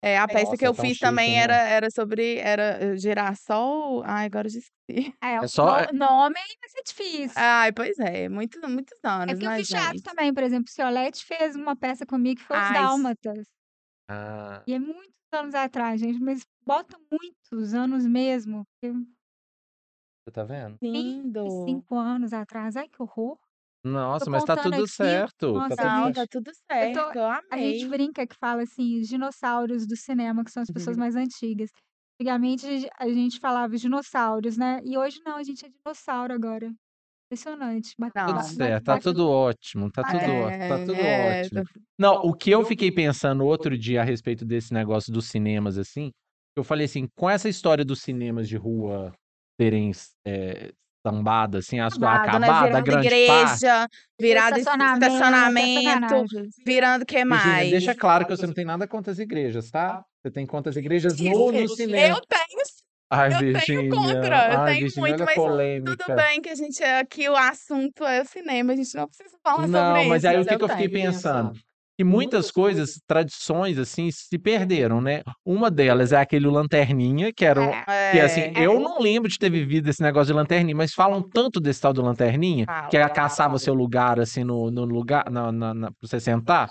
Speaker 4: É, a peça
Speaker 3: Nossa,
Speaker 4: que
Speaker 3: é
Speaker 4: eu
Speaker 3: tão
Speaker 4: fiz
Speaker 3: chique,
Speaker 4: também
Speaker 3: né?
Speaker 4: era, era sobre era eh, girassol. Ai, agora eu já esqueci.
Speaker 5: É, o
Speaker 3: só-
Speaker 5: no- nome vai ser difícil.
Speaker 4: Ai, pois é, muito, muitos anos,
Speaker 5: É porque
Speaker 4: né,
Speaker 5: eu fiz teatro
Speaker 4: gente?
Speaker 5: também, por exemplo, o Ciolete fez uma peça comigo que foi Os
Speaker 4: Ai,
Speaker 5: Dálmatas.
Speaker 3: Ah,
Speaker 5: E é muitos anos atrás, gente, mas bota muitos anos mesmo. porque
Speaker 3: você tá vendo?
Speaker 5: foi
Speaker 4: Lindo.
Speaker 5: Cinco anos atrás. Ai, que horror.
Speaker 3: Nossa,
Speaker 5: Tô
Speaker 3: mas tá
Speaker 5: contando
Speaker 3: tudo
Speaker 5: aqui.
Speaker 3: certo.
Speaker 5: Nossa,
Speaker 3: tá tudo
Speaker 4: Não,
Speaker 5: gente.
Speaker 4: tá tudo
Speaker 5: Eu
Speaker 4: certo,
Speaker 5: tô-
Speaker 4: eu,
Speaker 5: A
Speaker 4: amei.
Speaker 5: gente brinca que fala assim, os dinossauros do cinema, que são as pessoas
Speaker 3: Uhum.
Speaker 5: mais antigas. Antigamente a gen- a gente falava os dinossauros, né? E hoje não, a gente é dinossauro agora. Impressionante. Bate-
Speaker 4: Não.
Speaker 3: Tudo
Speaker 5: bate-
Speaker 3: certo, tá
Speaker 5: bate-
Speaker 3: tudo ótimo, tá tudo, ó- tá
Speaker 4: É,
Speaker 3: tudo
Speaker 4: é,
Speaker 3: ótimo. Não, o que eu fiquei pensando outro dia a respeito desse negócio dos cinemas, assim, eu falei assim, com essa história dos cinemas de rua terem é, sambado, assim, a, sua-
Speaker 4: Acabado, né?
Speaker 3: acabada, a
Speaker 4: Virando
Speaker 3: grande parte.
Speaker 4: igreja, virado
Speaker 5: Estacionamento, é
Speaker 4: estacionamento,
Speaker 5: sacanagem.
Speaker 4: virando o que
Speaker 3: Virgínia,
Speaker 4: mais?
Speaker 3: deixa claro que você não tem nada contra as igrejas, tá? Você tem contra as igrejas no, no cinema.
Speaker 4: Eu tenho,
Speaker 3: Ai,
Speaker 4: eu tenho
Speaker 3: Virgínia.
Speaker 4: contra, eu
Speaker 3: Ai,
Speaker 4: tenho
Speaker 3: Virgínia,
Speaker 4: muito,
Speaker 3: olha a
Speaker 4: mas tudo
Speaker 3: polêmica.
Speaker 4: tudo bem que a gente é- aqui o assunto é o cinema, a gente não precisa falar sobre
Speaker 3: Não,
Speaker 4: isso.
Speaker 3: mas aí o que, que eu
Speaker 4: tenho.
Speaker 3: fiquei pensando? Que muitas coisas, tradições, assim, se perderam, né? Uma delas é aquele lanterninha, que era. um-
Speaker 5: É,
Speaker 3: Que assim,
Speaker 4: É,
Speaker 3: eu não lembro de ter vivido esse negócio de lanterninha, mas falam tanto desse tal do lanterninha, que ela caçava o seu lugar, assim, no, no lugar, na, na, na- pra você sentar.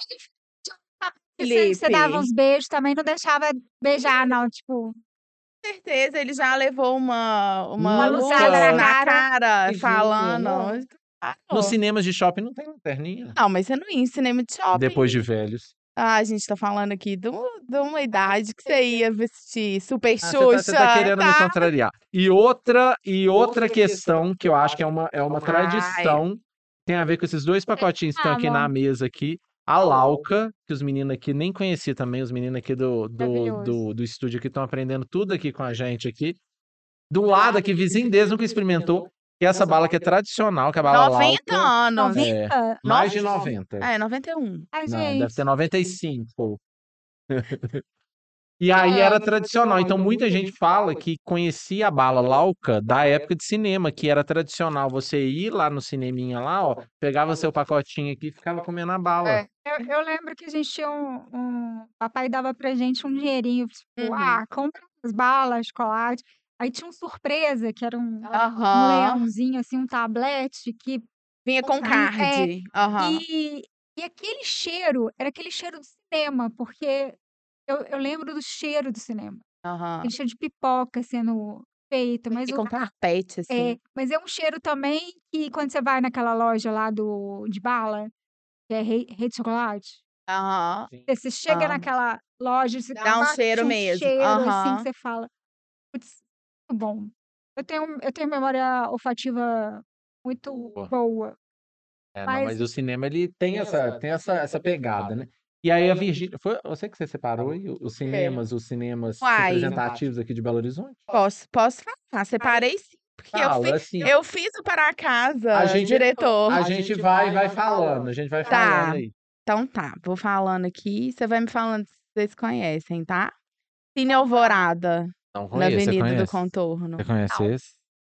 Speaker 5: Você, você dava
Speaker 4: Felipe.
Speaker 5: uns beijos também, não deixava beijar, não. Tipo,
Speaker 4: Com certeza ele já levou uma, uma
Speaker 3: Uma
Speaker 4: lupa
Speaker 5: luzada na
Speaker 4: na
Speaker 5: cara.
Speaker 4: cara,
Speaker 3: Virgínia,
Speaker 4: falando.
Speaker 3: não.
Speaker 4: Claro.
Speaker 3: Nos cinemas de shopping não tem lanterninha.
Speaker 4: Não, mas você não ia em cinema de shopping.
Speaker 3: Depois de velhos.
Speaker 4: Ah, a gente tá falando aqui de, um- de uma idade que você ia assistir Super
Speaker 3: Ah,
Speaker 4: Xuxa.
Speaker 3: Você tá, você tá querendo me
Speaker 4: tá?
Speaker 3: contrariar. E outra, e outra questão que eu acho que é uma, é uma
Speaker 4: Ai.
Speaker 3: tradição, tem a ver com esses dois pacotinhos que estão aqui na
Speaker 5: amor.
Speaker 3: mesa aqui. A Lauca, que os meninos aqui nem conheci também, os meninos aqui do, do,
Speaker 5: Maravilhoso.
Speaker 3: do, do estúdio que estão aprendendo tudo aqui com a gente aqui.
Speaker 1: Tá,
Speaker 3: Do lado aqui, vizinho deles nunca experimentou. E essa bala que é tradicional, que é a bala
Speaker 4: 90
Speaker 3: Lauca.
Speaker 4: anos.
Speaker 5: 90?
Speaker 3: Mais de 90.
Speaker 4: É, 91.
Speaker 5: Ai,
Speaker 3: é. Não,
Speaker 5: gente.
Speaker 3: deve ter 95. E aí
Speaker 5: É,
Speaker 3: era tradicional. Então muita gente fala que conhecia a bala Lauca da época de cinema, que era tradicional. Você ir lá no cineminha lá, ó, pegava seu pacotinho aqui e ficava comendo a bala.
Speaker 5: É, eu,
Speaker 4: Uhum.
Speaker 5: eu lembro que a gente tinha um, um- Papai dava pra gente um dinheirinho, tipo,
Speaker 4: Uhum.
Speaker 5: ah, compra as balas, chocolate. Aí tinha um surpresa, que era um, um
Speaker 4: Aham.
Speaker 5: leãozinho, assim, um tablete que.
Speaker 4: Vinha com
Speaker 5: É.
Speaker 4: card. Aham.
Speaker 5: E, e aquele cheiro, era aquele cheiro do cinema, porque eu, eu lembro do cheiro do cinema.
Speaker 4: Aham.
Speaker 5: Aquele cheiro de pipoca sendo feita, mas
Speaker 4: E
Speaker 5: o
Speaker 4: com carpete, assim.
Speaker 5: é, mas é um cheiro também que quando você vai naquela loja lá do, de bala, que é rei, rei de chocolate,
Speaker 4: Aham.
Speaker 5: você- você chega
Speaker 4: Ah.
Speaker 5: naquela loja, você
Speaker 4: Dá um
Speaker 5: bate
Speaker 4: cheiro mesmo,
Speaker 5: cheiro, assim,
Speaker 4: aham.
Speaker 5: que você fala, putz, muito bom. Eu tenho, um, eu tenho memória olfativa muito
Speaker 3: Boa.
Speaker 5: boa.
Speaker 3: É, não,
Speaker 5: Mas-
Speaker 3: mas o cinema ele tem essa, tem essa, essa pegada, né? E aí a Virgínia, foi você que você separou aí o- os cinemas, os cinemas
Speaker 4: Uai.
Speaker 3: representativos aqui de Belo Horizonte?
Speaker 4: Posso, posso falar? Separei sim, porque eu,
Speaker 3: Fala,
Speaker 4: fi-
Speaker 3: assim,
Speaker 4: eu fiz o para casa,
Speaker 3: A gente- é
Speaker 4: diretor.
Speaker 3: a gente vai vai falando, a gente vai
Speaker 4: Tá.
Speaker 3: falando aí.
Speaker 4: Então tá, vou falando aqui, você vai me falando Vocês conhecem, tá? Cine Alvorada,
Speaker 3: Não
Speaker 4: na
Speaker 3: conheço, você
Speaker 4: Avenida do
Speaker 3: conhece?
Speaker 4: Contorno.
Speaker 3: Você conhece
Speaker 5: Não.
Speaker 3: esse?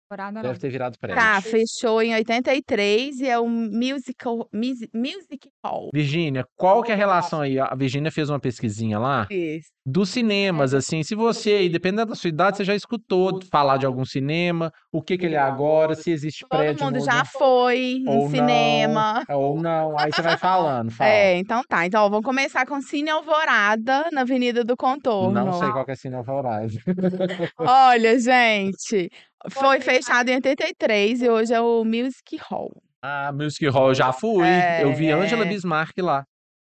Speaker 5: Temporada não.
Speaker 3: Deve ter virado prédio.
Speaker 4: Tá,
Speaker 5: Acho isso.
Speaker 4: fechou em 83 e é um musical, mus- music hall.
Speaker 3: Virgínia, qual que é a relação aí? A Virgínia fez uma pesquisinha lá
Speaker 4: Isso.
Speaker 3: dos cinemas, assim. Se você aí, dependendo da sua idade, você já escutou falar de algum cinema, o que que ele é agora, se existe
Speaker 4: Todo
Speaker 3: prédio
Speaker 4: mundo
Speaker 3: novo,
Speaker 4: já foi no
Speaker 3: Ou não.
Speaker 4: cinema.
Speaker 3: ou não. Aí você vai falando, fala.
Speaker 4: É, então tá. Então, ó, vamos começar com Cine Alvorada, na Avenida do Contorno.
Speaker 3: Não sei qual que é sinal favorável.
Speaker 4: Olha, gente, foi fechado em 83 e hoje é o Music Hall.
Speaker 3: Ah, Music Hall eu já fui. eu vi Angela
Speaker 4: É.
Speaker 3: Bismarck lá,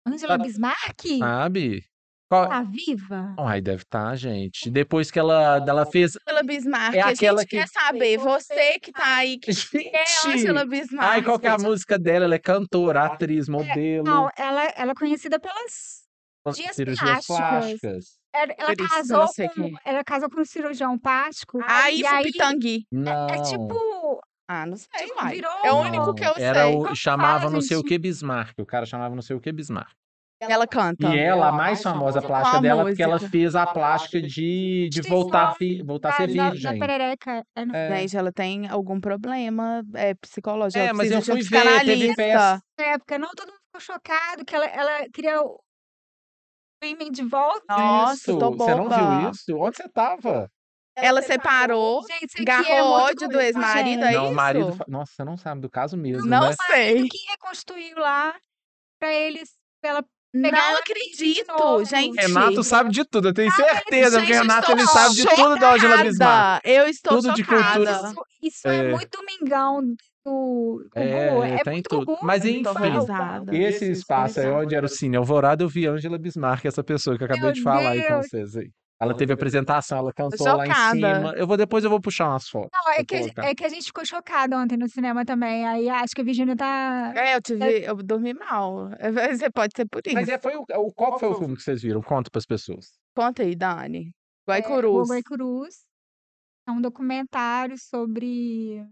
Speaker 5: Angela Bismarck?
Speaker 3: Ah. sabe? Qual...
Speaker 5: Tá viva?
Speaker 3: Bom, aí deve estar, gente. Depois que ela, ela fez.
Speaker 4: Angela Bismarck,
Speaker 3: É
Speaker 4: a
Speaker 3: aquela
Speaker 4: gente
Speaker 3: que-
Speaker 4: quer saber, você que tá aí, que é Angela Bismarck?
Speaker 3: Ai, qual que é a música dela? Ela é cantora, atriz,
Speaker 4: É,
Speaker 3: modelo.
Speaker 5: Não, ela, ela é conhecida pelas. Dias
Speaker 3: cirurgias
Speaker 5: plásticas. Ela, ela
Speaker 4: Por tipo isso que eu
Speaker 5: casou
Speaker 4: não sei
Speaker 5: com,
Speaker 4: quem Ah,
Speaker 5: ela casou com um cirurgião plástico.
Speaker 4: Aí,
Speaker 5: e aí
Speaker 4: Fupitangui.
Speaker 3: Não.
Speaker 5: é tipo.
Speaker 4: Ah, não sei,
Speaker 5: Tipo,
Speaker 4: uai.
Speaker 5: virou
Speaker 4: É o
Speaker 5: um-
Speaker 4: único que eu
Speaker 3: era
Speaker 4: sei.
Speaker 3: o-
Speaker 5: Como
Speaker 3: chamava
Speaker 5: fala,
Speaker 3: não sei o
Speaker 5: gente?
Speaker 3: que Bismarck. O cara chamava não sei o que Bismarck.
Speaker 4: Ela canta.
Speaker 3: e ela, a mais famosa plástica
Speaker 4: Qual
Speaker 3: dela, porque ela
Speaker 4: música?
Speaker 3: fez a plástica de, de
Speaker 5: Sim,
Speaker 3: voltar,
Speaker 5: não.
Speaker 3: a fi- voltar a ser
Speaker 5: da- da- Da
Speaker 3: virgem.
Speaker 5: perereca. É, não-
Speaker 3: Tá É.
Speaker 4: Gente, né, ela tem algum problema é, psicológico.
Speaker 3: É,
Speaker 4: ela
Speaker 3: mas eu
Speaker 4: precisa de um
Speaker 3: fui ver, teve
Speaker 4: psicanalista.
Speaker 3: peça.
Speaker 5: Na época, não, todo mundo ficou chocado que ela, ela queria o streaming de volta.
Speaker 4: Nossa,
Speaker 3: Isso,
Speaker 4: tô
Speaker 3: Você não viu
Speaker 4: boba.
Speaker 3: isso? Onde você tava?
Speaker 4: Ela separou,
Speaker 5: Gente, isso aqui
Speaker 4: agarrou
Speaker 5: é muito
Speaker 4: ódio do
Speaker 5: ruim,
Speaker 4: ex-marido,
Speaker 5: gente.
Speaker 4: é
Speaker 3: não, o marido.
Speaker 4: isso?
Speaker 3: fa- Nossa, você não sabe do caso mesmo,
Speaker 4: Não
Speaker 3: né?
Speaker 4: sei.
Speaker 5: que reconstruiu lá pra eles, pra ela pegar
Speaker 4: Não
Speaker 5: ela
Speaker 4: acredito,
Speaker 5: novo.
Speaker 4: gente.
Speaker 3: Renato sabe de tudo, eu tenho certeza,
Speaker 4: Gente,
Speaker 3: porque
Speaker 4: eu
Speaker 3: Renato
Speaker 4: estou
Speaker 3: ele sabe de tudo da Angela Bismarck.
Speaker 4: chocada. Eu estou
Speaker 3: Tudo de
Speaker 4: chocada.
Speaker 3: cultura.
Speaker 5: Isso, isso é.
Speaker 3: É.
Speaker 5: muito domingão do Gugu.
Speaker 3: É,
Speaker 5: É
Speaker 3: tem
Speaker 5: muito
Speaker 3: tudo.
Speaker 5: Gugu.
Speaker 3: Mas
Speaker 4: Eu tô
Speaker 3: enfim,
Speaker 4: horrorizada.
Speaker 3: Esse espaço aí
Speaker 4: espaço.
Speaker 3: onde era o Cine Alvorada, eu vi a Angela Bismarck, essa pessoa que eu acabei
Speaker 5: Meu
Speaker 3: de falar aí com
Speaker 5: Deus.
Speaker 3: vocês aí. Ela teve apresentação, ela cantou lá em
Speaker 4: chocada.
Speaker 3: cima. Eu vou depois eu vou puxar umas fotos.
Speaker 5: Não, é
Speaker 3: pra
Speaker 5: que, a,
Speaker 3: colocar.
Speaker 5: é que a gente ficou chocada ontem no cinema também. Aí acho que a Virgínia tá.
Speaker 4: É, eu tive, eu dormi mal. É, Você pode ser por isso.
Speaker 3: Mas é, foi o, o- qual foi o filme que vocês viram? Conta pras pessoas.
Speaker 4: Conta aí, Dani.
Speaker 5: é,
Speaker 4: Guaicurus.
Speaker 5: Gugu e Cruz. É um documentário sobre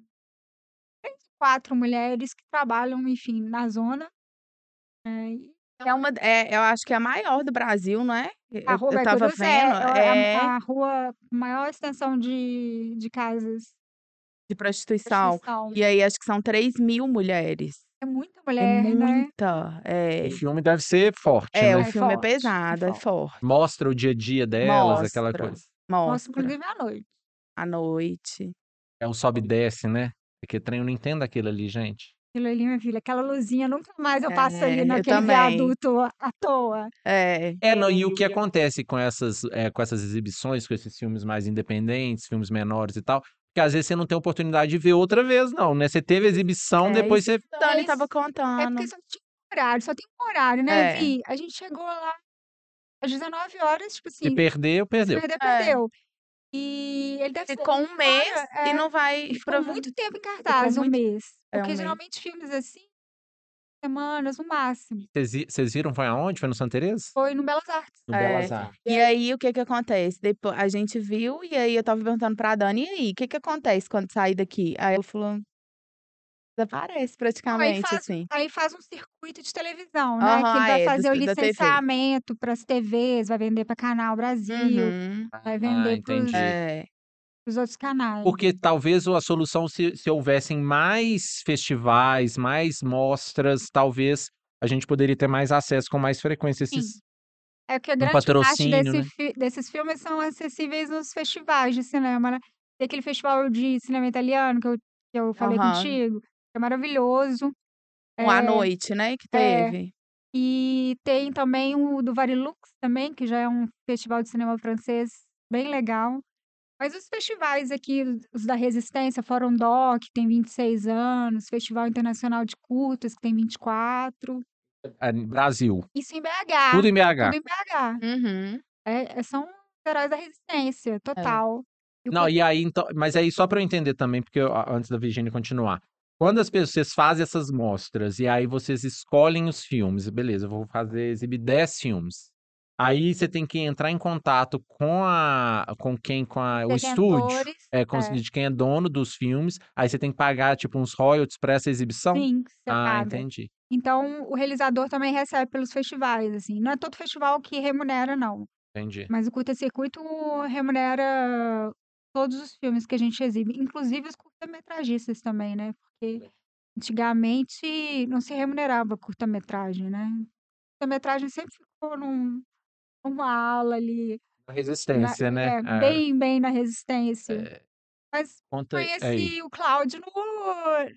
Speaker 5: três, quatro mulheres que trabalham, enfim, na zona. É, e
Speaker 4: É uma, é, eu acho que é a maior do Brasil, não é? Eu,
Speaker 5: a rua
Speaker 4: eu tava
Speaker 5: Guaicurus
Speaker 4: vendo.
Speaker 5: é, é
Speaker 4: É,
Speaker 5: a, a rua com maior extensão de, de casas.
Speaker 4: de
Speaker 5: de
Speaker 4: prostituição.
Speaker 5: prostituição.
Speaker 4: E aí, acho que são 3 mil mulheres.
Speaker 5: É muita
Speaker 4: É
Speaker 5: mulher, né?
Speaker 4: muita. É,
Speaker 3: O filme deve ser forte,
Speaker 4: é,
Speaker 3: né?
Speaker 4: o
Speaker 5: É
Speaker 4: filme é
Speaker 5: forte, é
Speaker 4: pesado, é forte.
Speaker 3: Mostra o dia a dia delas, aquela
Speaker 4: Mostra.
Speaker 3: coisa.
Speaker 5: Nossa,
Speaker 4: Mostra
Speaker 5: inclusive à noite.
Speaker 4: à noite.
Speaker 3: É o sobe e desce, né? Porque trem eu não entendo aquilo ali, gente.
Speaker 5: Aquilo ali, minha filha, aquela luzinha, nunca mais eu passo
Speaker 4: É,
Speaker 5: ali
Speaker 4: eu
Speaker 5: naquele
Speaker 4: também.
Speaker 5: viaduto à toa.
Speaker 4: É.
Speaker 3: É, não, e o que acontece com essas, é, com essas exibições, com esses filmes mais independentes, filmes menores e tal, que às vezes você não tem oportunidade de ver outra vez, não, né? Você teve exibição,
Speaker 4: É,
Speaker 3: depois você.
Speaker 4: Dani
Speaker 5: Mas
Speaker 4: tava
Speaker 5: Então, É
Speaker 4: contando.
Speaker 5: porque só tinha um horário, só tem um horário, né,
Speaker 4: Ah, É.
Speaker 5: Vi? A gente chegou lá às 19 horas, tipo
Speaker 3: Se
Speaker 5: assim,
Speaker 3: perdeu,
Speaker 5: se
Speaker 3: perdeu.
Speaker 5: perder,
Speaker 4: É.
Speaker 5: perdeu. E ele deve ter
Speaker 4: Ficou um mês
Speaker 5: Cara,
Speaker 4: e
Speaker 5: é,
Speaker 4: não vai.
Speaker 5: e ficou
Speaker 4: prova-
Speaker 5: muito tempo em cartaz, um
Speaker 4: muito-
Speaker 5: mês.
Speaker 4: é, um
Speaker 5: Porque
Speaker 4: mês.
Speaker 5: geralmente filmes assim, semanas no máximo.
Speaker 3: Vocês vi- Vocês viram foi aonde? Foi no Santa Teresa?
Speaker 5: Foi no Belas Artes.
Speaker 3: No
Speaker 4: É.
Speaker 3: Belas Artes.
Speaker 4: E aí, o que que acontece? Depois, a gente viu, e aí eu tava perguntando pra Dani, e aí, o que que acontece quando sair daqui? Aí ela falou, desaparece praticamente,
Speaker 5: faz-
Speaker 4: assim.
Speaker 5: Aí faz um circuito de televisão, né? Que
Speaker 4: Aham,
Speaker 5: ele vai
Speaker 4: é, do
Speaker 5: fazer o
Speaker 4: ci- da TV.
Speaker 5: licenciamento para as TVs, vai vender para Canal Brasil,
Speaker 4: Uhum,
Speaker 5: vai
Speaker 3: Ah,
Speaker 5: vender
Speaker 3: entendi.
Speaker 5: para
Speaker 4: é.
Speaker 5: os outros canais.
Speaker 3: Porque talvez a solução, se, se houvessem mais festivais, mais mostras, talvez a gente poderia ter mais acesso com mais frequência a esses.
Speaker 5: Sim. É que a
Speaker 3: Um
Speaker 5: grande parte
Speaker 3: patrocínio,
Speaker 5: desse
Speaker 3: né?
Speaker 5: fi- desses filmes são acessíveis nos festivais de cinema, né? Tem aquele festival de cinema italiano que eu, que eu falei
Speaker 4: Aham.
Speaker 5: contigo, que é maravilhoso.
Speaker 4: Um à
Speaker 5: É,
Speaker 4: noite, né, que
Speaker 5: é.
Speaker 4: teve.
Speaker 5: E tem também o do Varilux também, que já é um festival de cinema francês bem legal. Mas os festivais aqui, os da Resistência, Fórum Doc, que tem 26 anos, Festival Internacional de Curtas, que tem 24.
Speaker 3: Ah, Brasil.
Speaker 5: Isso em BH.
Speaker 3: Tudo em BH.
Speaker 5: tudo em BH.
Speaker 4: Uhum.
Speaker 5: É, é- são os heróis da
Speaker 3: É.
Speaker 5: Resistência, total. E o
Speaker 3: Não,
Speaker 5: cult-
Speaker 3: e aí, então, mas aí só para eu entender também, porque eu- a- antes da Virginia continuar. Quando as pessoas vocês fazem essas mostras e aí vocês escolhem os filmes, beleza, eu vou fazer exibir 10 filmes. Aí você tem que entrar em contato com a com quem com a, É o estúdio,
Speaker 5: detentores,
Speaker 3: é, com,
Speaker 5: é.
Speaker 3: de quem é dono dos filmes. Aí você tem que pagar tipo uns royalties pra essa exibição.
Speaker 5: Sim, que você
Speaker 3: ah,
Speaker 5: paga.
Speaker 3: entendi.
Speaker 5: Então, o realizador também recebe pelos festivais, assim. Não é todo festival que remunera, não.
Speaker 3: Entendi.
Speaker 5: Mas o curta-circuito remunera todos os filmes que a gente exibe, inclusive os curta-metragistas também, né? Porque antigamente não se remunerava curta-metragem, né? Curta-metragem sempre ficou num, numa ala ali, na-
Speaker 3: Resistência, né?
Speaker 5: é,
Speaker 3: É,
Speaker 5: bem, bem na resistência.
Speaker 3: é,
Speaker 5: Mas
Speaker 3: conta é, aí.
Speaker 5: conheci o Cláudio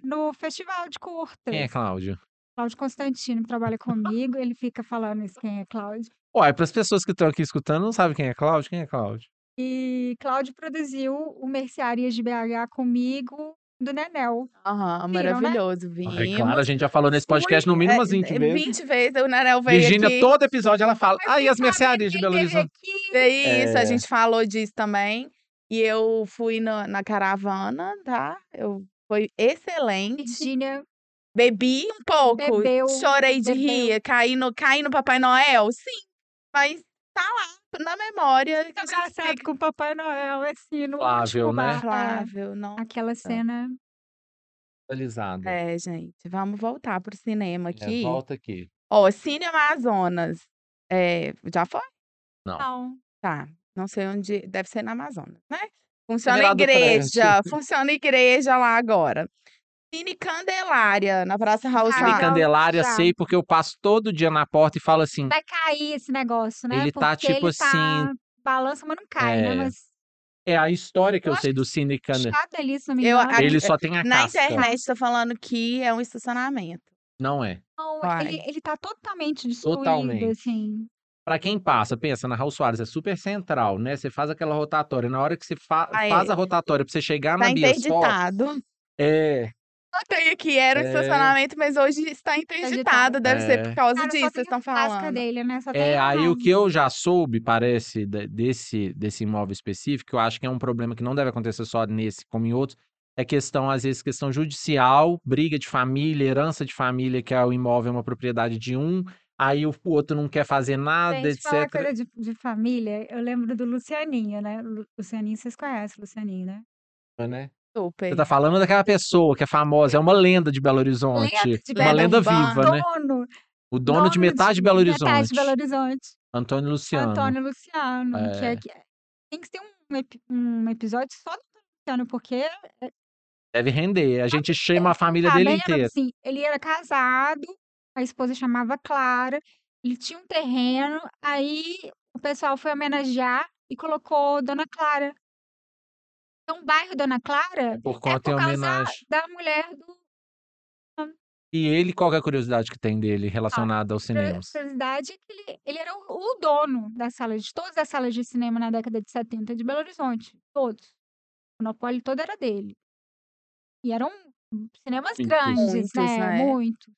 Speaker 5: no, no festival de curtas.
Speaker 3: Quem é Cláudio?
Speaker 5: Cláudio Constantino trabalha comigo, ele fica falando isso, quem é Cláudio.
Speaker 3: Ué, para as pessoas que estão aqui escutando, não sabem quem é Cláudio? Quem é Cláudio?
Speaker 5: E Cláudio produziu o Mercearias de BH comigo, do Nenel.
Speaker 4: Aham,
Speaker 5: né?
Speaker 4: maravilhoso,
Speaker 3: Ah, é
Speaker 4: vimos.
Speaker 3: claro, a gente já falou nesse podcast no mínimo umas 20
Speaker 4: É,
Speaker 3: vezes.
Speaker 4: 20 vezes, o Narel veio
Speaker 3: Virgínia,
Speaker 4: aqui.
Speaker 3: todo episódio ela fala.
Speaker 5: Mas
Speaker 3: Ah,
Speaker 5: sem
Speaker 3: e as
Speaker 5: saber
Speaker 3: mercearias de
Speaker 5: quem
Speaker 3: Belo
Speaker 5: teve
Speaker 3: Horizonte?
Speaker 5: aqui.
Speaker 4: É isso,
Speaker 3: É.
Speaker 4: a gente falou disso também. E eu fui na, na caravana, tá? Eu, foi excelente.
Speaker 5: Virgínia,
Speaker 4: Bebi um pouco,
Speaker 5: Bebeu,
Speaker 4: chorei de
Speaker 5: bebeu.
Speaker 4: rir, caí no, caí no Papai Noel, sim. Mas tá lá, na memória.
Speaker 5: Tá
Speaker 4: que a gente
Speaker 5: abraçado
Speaker 4: fica-
Speaker 5: com o Papai Noel, assim, no
Speaker 3: Flávio, né?
Speaker 5: último bar. é.
Speaker 4: Flávio, não.
Speaker 5: Aquela cena
Speaker 3: Atualizada.
Speaker 4: É, gente, vamos voltar pro cinema É, aqui.
Speaker 3: É, volta aqui.
Speaker 4: Ó, Cine Amazonas. É, já foi?
Speaker 3: Hum.
Speaker 5: não.
Speaker 4: Tá. Não sei onde. Deve ser na Amazonas, né? Funciona a
Speaker 3: Lá do Freixo.
Speaker 4: igreja. Funciona a igreja lá agora. Cine Candelária, na Praça Raul
Speaker 5: Cine
Speaker 3: Cine
Speaker 4: Sá.
Speaker 5: Candelária.
Speaker 3: Candelária,
Speaker 4: tá.
Speaker 5: já.
Speaker 3: sei, porque eu passo todo dia na porta e falo assim.
Speaker 5: Vai cair esse negócio, né?
Speaker 3: Ele tá,
Speaker 5: Porque
Speaker 3: tipo
Speaker 5: ele tá
Speaker 3: assim,
Speaker 5: balança, mas não cai,
Speaker 3: é,
Speaker 5: né? Mas
Speaker 3: É a história que eu
Speaker 5: Eu
Speaker 3: sei do Cine Candelária.
Speaker 5: chato ali, se não me
Speaker 4: Eu-
Speaker 5: engano.
Speaker 4: aqui-
Speaker 3: Ele só tem a
Speaker 4: Na
Speaker 3: casca.
Speaker 4: internet tá falando que é um estacionamento.
Speaker 3: Não é.
Speaker 5: Não,
Speaker 4: Vai.
Speaker 5: ele, ele tá totalmente destruído,
Speaker 3: Totalmente.
Speaker 5: assim.
Speaker 3: Pra quem passa, pensa na Raul Soares, é super central, né? Você faz aquela rotatória. Na hora que você fa-
Speaker 4: Ah, é.
Speaker 3: faz a rotatória pra você chegar
Speaker 4: Tá
Speaker 3: na Bia Sol,
Speaker 4: interditado.
Speaker 3: é,
Speaker 4: Notei aqui, era um
Speaker 3: É.
Speaker 4: estacionamento, mas hoje está interditado. Deve ser
Speaker 3: É.
Speaker 4: por causa
Speaker 5: Cara, só
Speaker 4: disso,
Speaker 5: tem
Speaker 4: vocês estão
Speaker 5: a casca
Speaker 4: falando.
Speaker 5: dele, né? Só tem
Speaker 3: É,
Speaker 5: a
Speaker 3: aí o que
Speaker 5: raiz.
Speaker 3: eu já soube, parece, de- desse, desse imóvel específico, eu acho que é um problema que não deve acontecer só nesse, como em outros, é questão, às vezes, questão judicial, briga de família, herança de família, que é o imóvel é uma propriedade de um, aí o outro não quer fazer nada,
Speaker 5: Gente, falar
Speaker 3: etc.
Speaker 5: coisa de, de família, eu lembro do Lucianinho, né? Lu- Lucianinho, vocês conhecem o Lucianinho, né?
Speaker 3: né?
Speaker 4: Super.
Speaker 3: Você tá falando daquela pessoa que é famosa, é uma lenda de Belo Horizonte, é
Speaker 5: Lenda de
Speaker 3: uma
Speaker 4: Belo
Speaker 3: lenda
Speaker 4: Horizonte.
Speaker 3: viva, né?
Speaker 5: Dono,
Speaker 3: O dono de metade de Belo
Speaker 5: Metade
Speaker 3: Horizonte,
Speaker 5: de Belo Horizonte.
Speaker 3: Antônio Luciano.
Speaker 5: Antônio Luciano. Que é,
Speaker 3: É.
Speaker 5: que é- tem que ter um, epi- um episódio só do Antônio Luciano, porque
Speaker 3: Deve render, a gente chama a família
Speaker 5: Ah,
Speaker 3: dele
Speaker 5: bem,
Speaker 3: inteira.
Speaker 5: assim, ele era casado, a esposa chamava Clara, ele tinha um terreno, aí o pessoal foi homenagear e colocou Dona Clara. Então, o bairro Dona Clara
Speaker 3: É por
Speaker 5: é
Speaker 3: conta e
Speaker 5: por causa
Speaker 3: homenagem.
Speaker 5: da mulher do
Speaker 3: E ele, qual que é a curiosidade que tem dele relacionada aos cinemas?
Speaker 5: curiosidade, é que ele, ele era o, o dono da sala de todas as salas de cinema na década de 70 de Belo Horizonte, todos. O monopólio todo era dele. E eram cinemas
Speaker 3: Muitos.
Speaker 5: grandes,
Speaker 4: Muitos, né?
Speaker 5: Muito.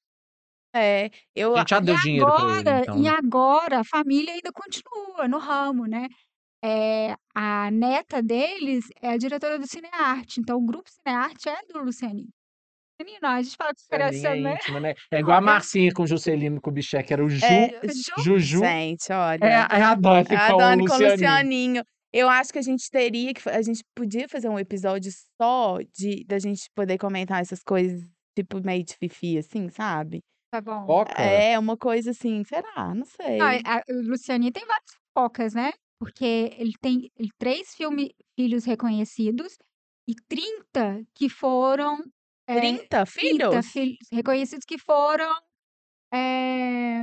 Speaker 4: É, eu
Speaker 3: A gente já deu dinheiro pra ele,
Speaker 5: agora,
Speaker 3: então.
Speaker 5: e
Speaker 3: né?
Speaker 5: agora a família ainda continua no ramo, né? É, a neta deles é a diretora do Cinearte, então o grupo Cinearte é do Lucianinho. Lucianinho, não, a gente fala que cresce
Speaker 3: Celinha
Speaker 5: também.
Speaker 3: íntima, né? É igual a
Speaker 5: Olha.
Speaker 3: Marcinha com o Juscelino com o Kubitschek, que era o Ju,
Speaker 4: É,
Speaker 5: Ju,
Speaker 3: Juju. É,
Speaker 4: gente, olha.
Speaker 3: é a Dani
Speaker 4: A
Speaker 3: com o
Speaker 4: Ah, Dani com o
Speaker 3: Luciano.
Speaker 4: Lucianinho. Eu acho que a gente teria que. fa- A gente podia fazer um episódio só de da gente poder comentar essas coisas, tipo, meio de fifi, assim, sabe?
Speaker 5: tá bom.
Speaker 3: Foca.
Speaker 4: É, uma coisa assim, será? Não sei.
Speaker 5: Ah, a- o Lucianinho tem várias focas, né? Porque ele tem ele- três filme, filhos reconhecidos e 30 que foram. é,
Speaker 4: 30 filhos?
Speaker 5: 30 filhos reconhecidos que foram eh,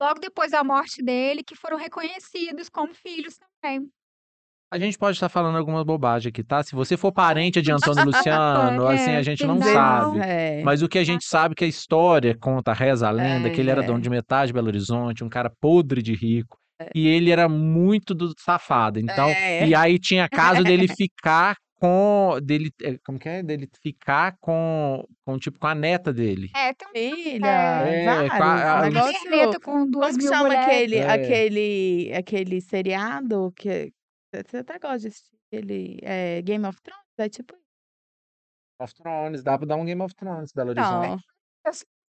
Speaker 5: logo depois da morte dele, que foram reconhecidos como filhos também.
Speaker 3: A gente pode estar falando alguma bobagem aqui, tá? Se você for parente de Antônio Luciano,
Speaker 5: É,
Speaker 3: assim, a gente não
Speaker 5: perdão.
Speaker 3: sabe.
Speaker 4: É.
Speaker 3: Mas o que a gente sabe que a história conta, reza a lenda, que ele era
Speaker 4: É.
Speaker 3: dono de metade de Belo Horizonte, um cara podre de rico.
Speaker 5: É.
Speaker 3: E ele era muito do safado. Então,
Speaker 4: É.
Speaker 3: e aí tinha caso dele ficar com. Dele, é, como que é? Dele ficar com, com, tipo, com a neta dele.
Speaker 5: É, tem um
Speaker 4: Filha,
Speaker 3: É, com a- a-
Speaker 4: vários,
Speaker 5: Então,
Speaker 4: um
Speaker 3: a
Speaker 4: negócio.
Speaker 5: planeta tá com duas
Speaker 4: Como que
Speaker 5: mil
Speaker 4: chama
Speaker 5: mulheres.
Speaker 4: aquele,
Speaker 3: É.
Speaker 4: aquele, aquele seriado que você até gosta de assistir? Aquele é, Game of Thrones? É tipo
Speaker 5: é
Speaker 3: Game of Thrones, dá pra dar um Game of Thrones, Belo
Speaker 4: Então,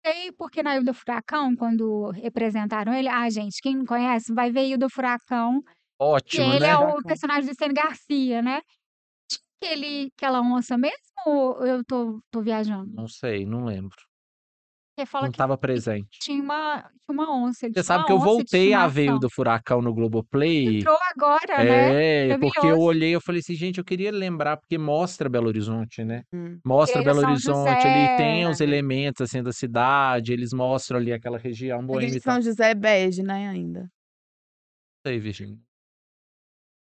Speaker 5: sei, porque na Ilha do Furacão, quando representaram ele, ah, gente, quem não conhece, vai ver Ilha do Furacão. E
Speaker 3: Ótimo,
Speaker 5: ele
Speaker 3: né?
Speaker 5: é o
Speaker 4: Furacão.
Speaker 5: personagem do Sene Garcia, né? Tinha aquele, aquela onça mesmo ou eu tô, tô viajando?
Speaker 3: Não sei, não lembro.
Speaker 5: Porque fala
Speaker 3: não
Speaker 5: que
Speaker 3: estava presente.
Speaker 5: tinha uma, tinha uma onça. ele
Speaker 3: Você
Speaker 5: tinha
Speaker 3: sabe
Speaker 5: uma
Speaker 3: que eu
Speaker 5: onça de
Speaker 3: voltei a ver o
Speaker 5: estimação.
Speaker 3: do Furacão no Globoplay.
Speaker 5: Entrou agora, né?
Speaker 3: É, porque eu
Speaker 5: Maravilhoso.
Speaker 3: olhei, eu falei assim, gente, eu queria lembrar, porque mostra Belo Horizonte, né?
Speaker 4: Hum.
Speaker 3: Mostra
Speaker 5: Igreja
Speaker 3: Belo
Speaker 5: São
Speaker 3: Horizonte, ali tem
Speaker 5: José,
Speaker 3: os
Speaker 5: né?
Speaker 3: elementos, assim, da cidade, eles mostram ali aquela região
Speaker 4: Aquele
Speaker 3: boêmia e tal.
Speaker 4: São José é bege, né, ainda.
Speaker 3: Isso aí, Virgínia.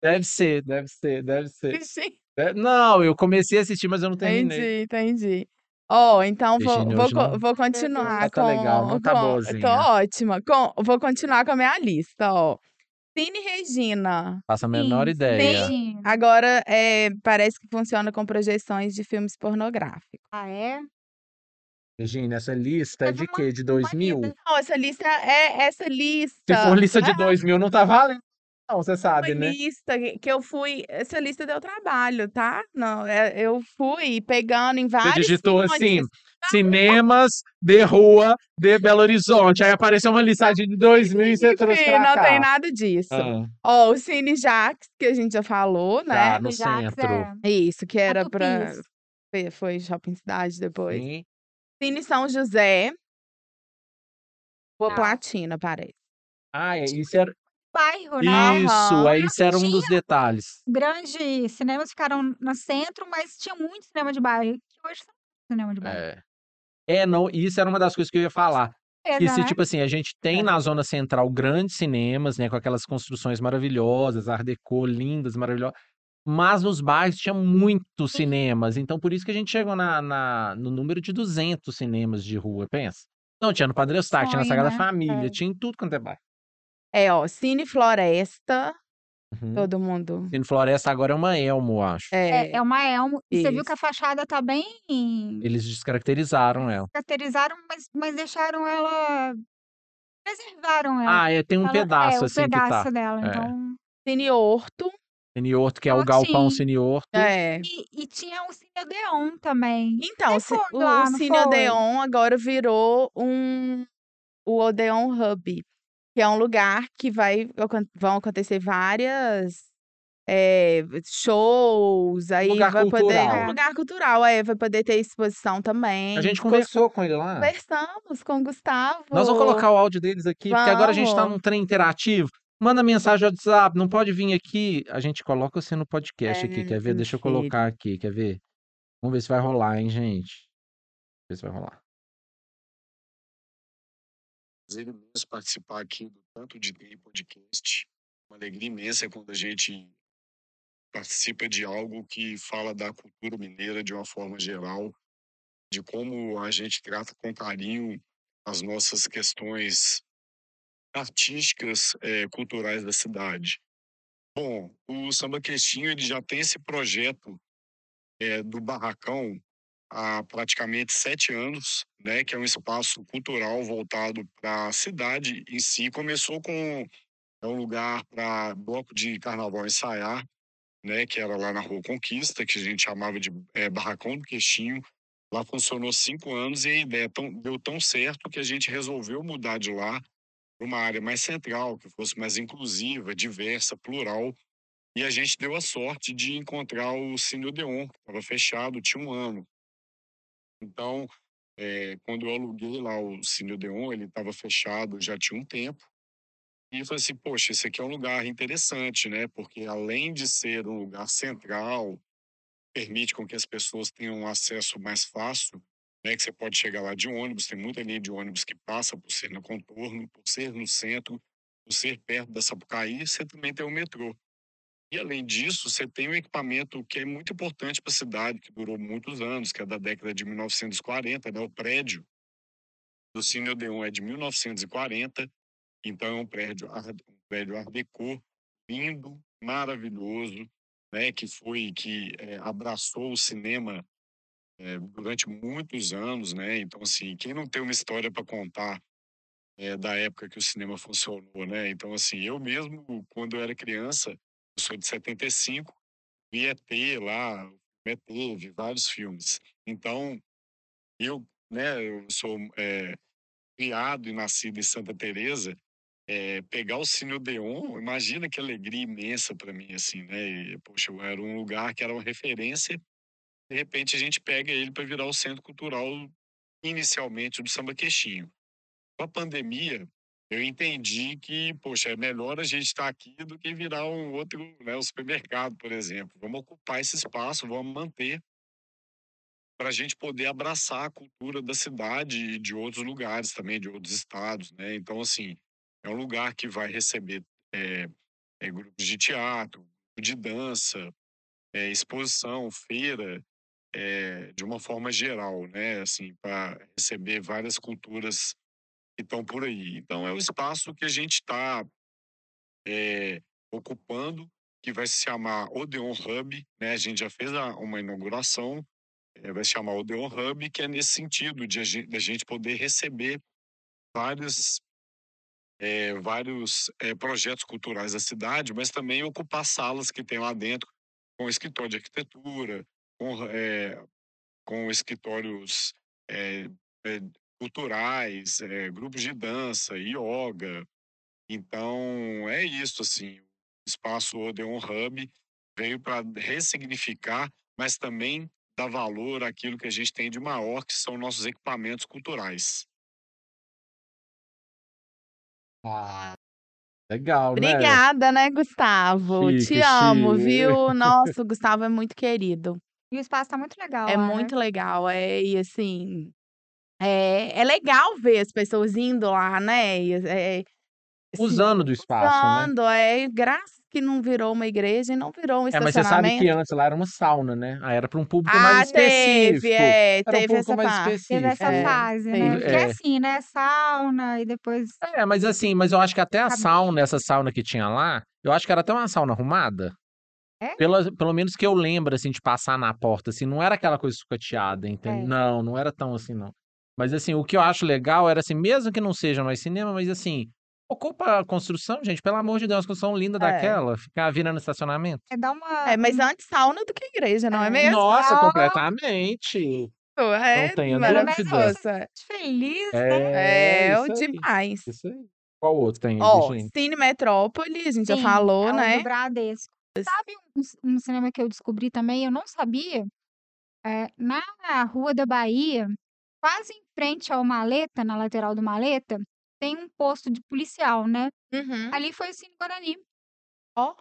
Speaker 3: Deve ser, deve ser, deve ser.
Speaker 4: Sim,
Speaker 3: É, Não, eu comecei a assistir, mas eu não terminei.
Speaker 4: entendi, entendi. Ó, então vou,
Speaker 3: Virgínia,
Speaker 4: vou,
Speaker 3: hoje não-
Speaker 4: co- vou continuar
Speaker 3: Tá,
Speaker 4: com...
Speaker 3: tá legal, não tá
Speaker 4: com- Tô
Speaker 3: boazinha.
Speaker 4: ótima. Com- vou continuar com a minha lista, ó. Cine Regina.
Speaker 3: Faço a menor
Speaker 5: Sim,
Speaker 3: ideia.
Speaker 5: sim.
Speaker 4: Agora, é, parece que funciona com projeções de filmes pornográficos.
Speaker 5: Ah, é?
Speaker 3: Virgínia, essa lista é
Speaker 5: Teve
Speaker 3: de
Speaker 5: uma-
Speaker 3: quê? De 2000?
Speaker 5: lida.
Speaker 4: Não, essa lista é essa
Speaker 3: Se
Speaker 4: lista.
Speaker 3: for lista de 2000, não tá valendo. Não, você
Speaker 4: Foi
Speaker 3: sabe, né?
Speaker 4: lista que- que eu fui. Essa lista deu trabalho, tá? Não, é- eu fui pegando em
Speaker 3: Você
Speaker 4: vários.
Speaker 3: digitou assim,
Speaker 4: montes.
Speaker 3: cinemas de rua de Belo Horizonte. Aí apareceu uma listagem de 2000 e você trouxe
Speaker 4: Enfim,
Speaker 3: pra
Speaker 4: não
Speaker 3: cá.
Speaker 4: tem nada disso.
Speaker 3: Ah,
Speaker 4: Ó, o Cine Jax, que a gente já falou,
Speaker 3: tá,
Speaker 4: né?
Speaker 3: no
Speaker 5: Já que
Speaker 3: centro.
Speaker 5: é.
Speaker 4: Isso, que era
Speaker 5: do
Speaker 4: pra.
Speaker 5: Pires.
Speaker 4: foi- Foi Shopping Cidade depois.
Speaker 3: Sim.
Speaker 4: Cine São José. Boa
Speaker 5: Tá.
Speaker 4: Platina, parece.
Speaker 3: Ah, é, isso era,
Speaker 5: Bairro, né?
Speaker 3: isso,
Speaker 4: Aham.
Speaker 3: é, isso era um dos detalhes.
Speaker 5: Grandes cinemas ficaram no centro, mas tinha muito cinema de bairro. que Hoje são cinema de bairro.
Speaker 3: É. É, não, isso era uma das coisas que eu ia falar.
Speaker 5: É,
Speaker 3: Que
Speaker 5: né?
Speaker 3: se, tipo assim, a gente
Speaker 5: É.
Speaker 3: tem na Zona Central grandes cinemas, né, com aquelas construções maravilhosas, Art Deco, lindas, maravilhosas. Mas nos bairros tinha muitos cinemas, então por isso que a gente chegou na, na- no número de 200 cinemas de rua, pensa. Então tinha no Padre Eustáquio, tinha na
Speaker 5: Sonho,
Speaker 3: Sagrada
Speaker 5: né?
Speaker 3: Família,
Speaker 5: É.
Speaker 3: tinha em tudo quanto é bairro.
Speaker 4: É, ó, Cine Floresta.
Speaker 3: Uhum.
Speaker 4: Todo mundo.
Speaker 3: Cine Floresta agora é uma Elmo, eu acho.
Speaker 4: É,
Speaker 5: É, é uma elmo. E você viu
Speaker 4: Isso.
Speaker 5: que a fachada tá bem
Speaker 3: Eles descaracterizaram
Speaker 5: É.
Speaker 3: ela.
Speaker 5: caracterizaram, mas, mas deixaram ela. Preservaram ela.
Speaker 3: Ah, é, tem um
Speaker 5: Ela-
Speaker 3: pedaço
Speaker 5: é, o
Speaker 3: assim
Speaker 5: pedaço
Speaker 3: que tá.
Speaker 5: dela.
Speaker 3: É.
Speaker 5: Então.
Speaker 4: Cine Horto.
Speaker 3: Cine Horto, que é o
Speaker 5: Então,
Speaker 3: Galpão
Speaker 5: assim,
Speaker 3: Cine Horto.
Speaker 4: É.
Speaker 5: E, e tinha o Cine Odeon também.
Speaker 4: Então, ci-
Speaker 5: foi
Speaker 4: o,
Speaker 5: lá,
Speaker 4: o
Speaker 5: não
Speaker 4: Cine
Speaker 5: foi?
Speaker 4: Odeon agora virou um o Odeon Hub, que é um lugar que vai acon- vão acontecer várias é, shows, aí
Speaker 3: Um lugar
Speaker 4: vai poder
Speaker 3: cultural.
Speaker 4: um lugar cultural, aí vai poder ter exposição também.
Speaker 3: A gente
Speaker 4: Co-
Speaker 3: conversou com ele lá.
Speaker 4: conversamos com o Gustavo.
Speaker 3: Nós vamos colocar o áudio deles aqui, porque agora a gente está
Speaker 4: Vamos.
Speaker 3: num trem interativo. Manda mensagem no WhatsApp, não pode vir aqui. A gente coloca você no
Speaker 4: É,
Speaker 3: podcast aqui, quer ver?
Speaker 4: meu
Speaker 3: Deixa eu
Speaker 4: filho.
Speaker 3: colocar aqui, quer ver? Vamos ver se vai rolar, hein, gente? Vamos ver se vai rolar.
Speaker 6: prazer imenso participar aqui do Tanto de Gay Podcast. Uma alegria imensa quando a gente participa de algo que fala da cultura mineira de uma forma geral, de como a gente trata com carinho as nossas questões artísticas, eh, culturais da cidade. Bom, o Samba Queixinho ele já tem esse projeto eh, do Barracão há praticamente sete anos, né, que é um espaço cultural voltado para a cidade em si. Começou com é um lugar para bloco de carnaval ensaiar, né, que era lá na Rua Conquista, que a gente chamava de eh, Barracão do Queixinho. Lá funcionou cinco anos e a ideia tão- deu tão certo que a gente resolveu mudar de lá para uma área mais central, que fosse mais inclusiva, diversa, plural. E a gente deu a sorte de encontrar o Cine Odeon, que estava fechado, tinha um ano. Então, eh, quando eu aluguei lá o Cine Odeon, ele estava fechado já tinha um tempo. E eu falei assim, poxa, esse aqui é um lugar interessante, né? Porque além de ser um lugar central, permite com que as pessoas tenham um acesso mais fácil, né? Que você pode chegar lá de ônibus, tem muita linha de ônibus que passa por ser no contorno, por ser no centro, por ser perto da Sapucaí, você também tem o metrô. E além disso, você tem um equipamento que é muito importante para a cidade, que durou muitos anos, que é da década de 1940, né? O prédio do Cine Odeon é de 1940, então é um prédio, Art- um prédio Art Deco, lindo, maravilhoso, né? Que foi que eh, abraçou o cinema eh, durante muitos anos, né? Então assim, quem não tem uma história para contar eh, da época que o cinema funcionou, né? Então, assim, eu mesmo, quando eu era criança, eu sou de 75, vi ET lá, ET, vi vários filmes. Então, eu né? Eu sou é, criado e nascido em Santa Teresa. É, pegar o Cine Odeon, imagina que alegria imensa para mim, assim, né? E, poxa, eu era um lugar que era uma referência. De repente a gente pega ele para virar o centro cultural inicialmente do samba queixinho. Com a pandemia, eu entendi que, poxa, é melhor a gente estar aqui do que virar um outro, né, um supermercado, por exemplo. Vamos ocupar esse espaço, vamos manter para a gente poder abraçar a cultura da cidade e de outros lugares também, de outros estados, né? Então, assim, é um lugar que vai receber é, é, grupos de teatro, de dança, é, exposição, feira, eh, de uma forma geral, né? Assim, para receber várias culturas que estão por aí. Então, é o espaço que a gente está é, ocupando, que vai se chamar Odeon Hub. Né? A gente já fez a, uma inauguração, é, vai se chamar Odeon Hub, que é nesse sentido, de a gente, de a gente poder receber vários, é, vários eh, projetos culturais da cidade, mas também ocupar salas que tem lá dentro, com escritório de arquitetura, com, eh, com escritórios eh, culturais, é, grupos de dança, yoga. Então, é isso, assim. O espaço Odeon Hub veio para ressignificar, mas também dar valor àquilo que a gente tem de maior, que são nossos equipamentos culturais.
Speaker 3: Ah, legal,
Speaker 4: Obrigada, né, Gustavo?
Speaker 3: Chique,
Speaker 4: Te amo,
Speaker 3: chique.
Speaker 4: viu? Nossa, o Gustavo é muito querido.
Speaker 5: E o espaço tá muito legal.
Speaker 4: É
Speaker 5: lá, né?
Speaker 4: muito legal. É, e assim. É, é legal ver as pessoas indo lá, né? E, é,
Speaker 3: né?
Speaker 4: assim,
Speaker 3: Usando do espaço, né?
Speaker 4: usando, é graças que não virou uma igreja e não virou um
Speaker 3: É, mas
Speaker 4: estacionamento.
Speaker 3: você sabe que antes lá era uma sauna, né? Ah, era para um público
Speaker 4: ah,
Speaker 3: mais específico.
Speaker 4: teve, é,
Speaker 3: era um
Speaker 4: teve
Speaker 3: público
Speaker 4: essa
Speaker 3: mais
Speaker 4: parte.
Speaker 5: Teve
Speaker 3: específico.
Speaker 5: essa
Speaker 4: É,
Speaker 5: fase, né?
Speaker 4: teve.
Speaker 5: Porque é
Speaker 3: É.
Speaker 5: assim, né? Sauna e depois.
Speaker 3: É, mas assim, mas eu acho que até a
Speaker 5: Sabe-
Speaker 3: sauna, essa sauna que tinha lá, eu acho que era até uma sauna arrumada.
Speaker 5: É?
Speaker 3: Pela, pelo menos que eu lembro, assim, de passar na porta, assim, não era aquela coisa sucateada, entende?
Speaker 5: É.
Speaker 3: Não, não era tão assim, não. Mas assim, o que eu acho legal era assim, mesmo que não seja mais cinema, mas assim, ocupa a construção, gente, pelo amor de Deus, uma construção linda um daquela, ficar virando estacionamento.
Speaker 5: É dar uma.
Speaker 4: É, mas antes sauna do que igreja, não é,
Speaker 5: É.
Speaker 4: mesmo?
Speaker 3: Nossa,
Speaker 5: Nossa!
Speaker 3: completamente!
Speaker 4: É
Speaker 3: Não tenha
Speaker 4: maravilhoso.
Speaker 5: Feliz, né?
Speaker 3: É,
Speaker 4: É,
Speaker 3: isso aí,
Speaker 4: demais.
Speaker 3: isso aí. Qual outro tem aí,
Speaker 4: Ó,
Speaker 3: Virginia?
Speaker 4: Cine Metrópole, a gente já
Speaker 5: Sim,
Speaker 4: falou,
Speaker 5: é o
Speaker 4: né?
Speaker 5: do Bradesco. Sabe um, c- um cinema que eu descobri também? Eu não sabia. É, na Rua da Bahia, quase em frente ao Maleta, na lateral do Maleta, tem um posto de policial, né?
Speaker 4: Uhum.
Speaker 5: Ali foi o Cine Guarani.
Speaker 4: Ó,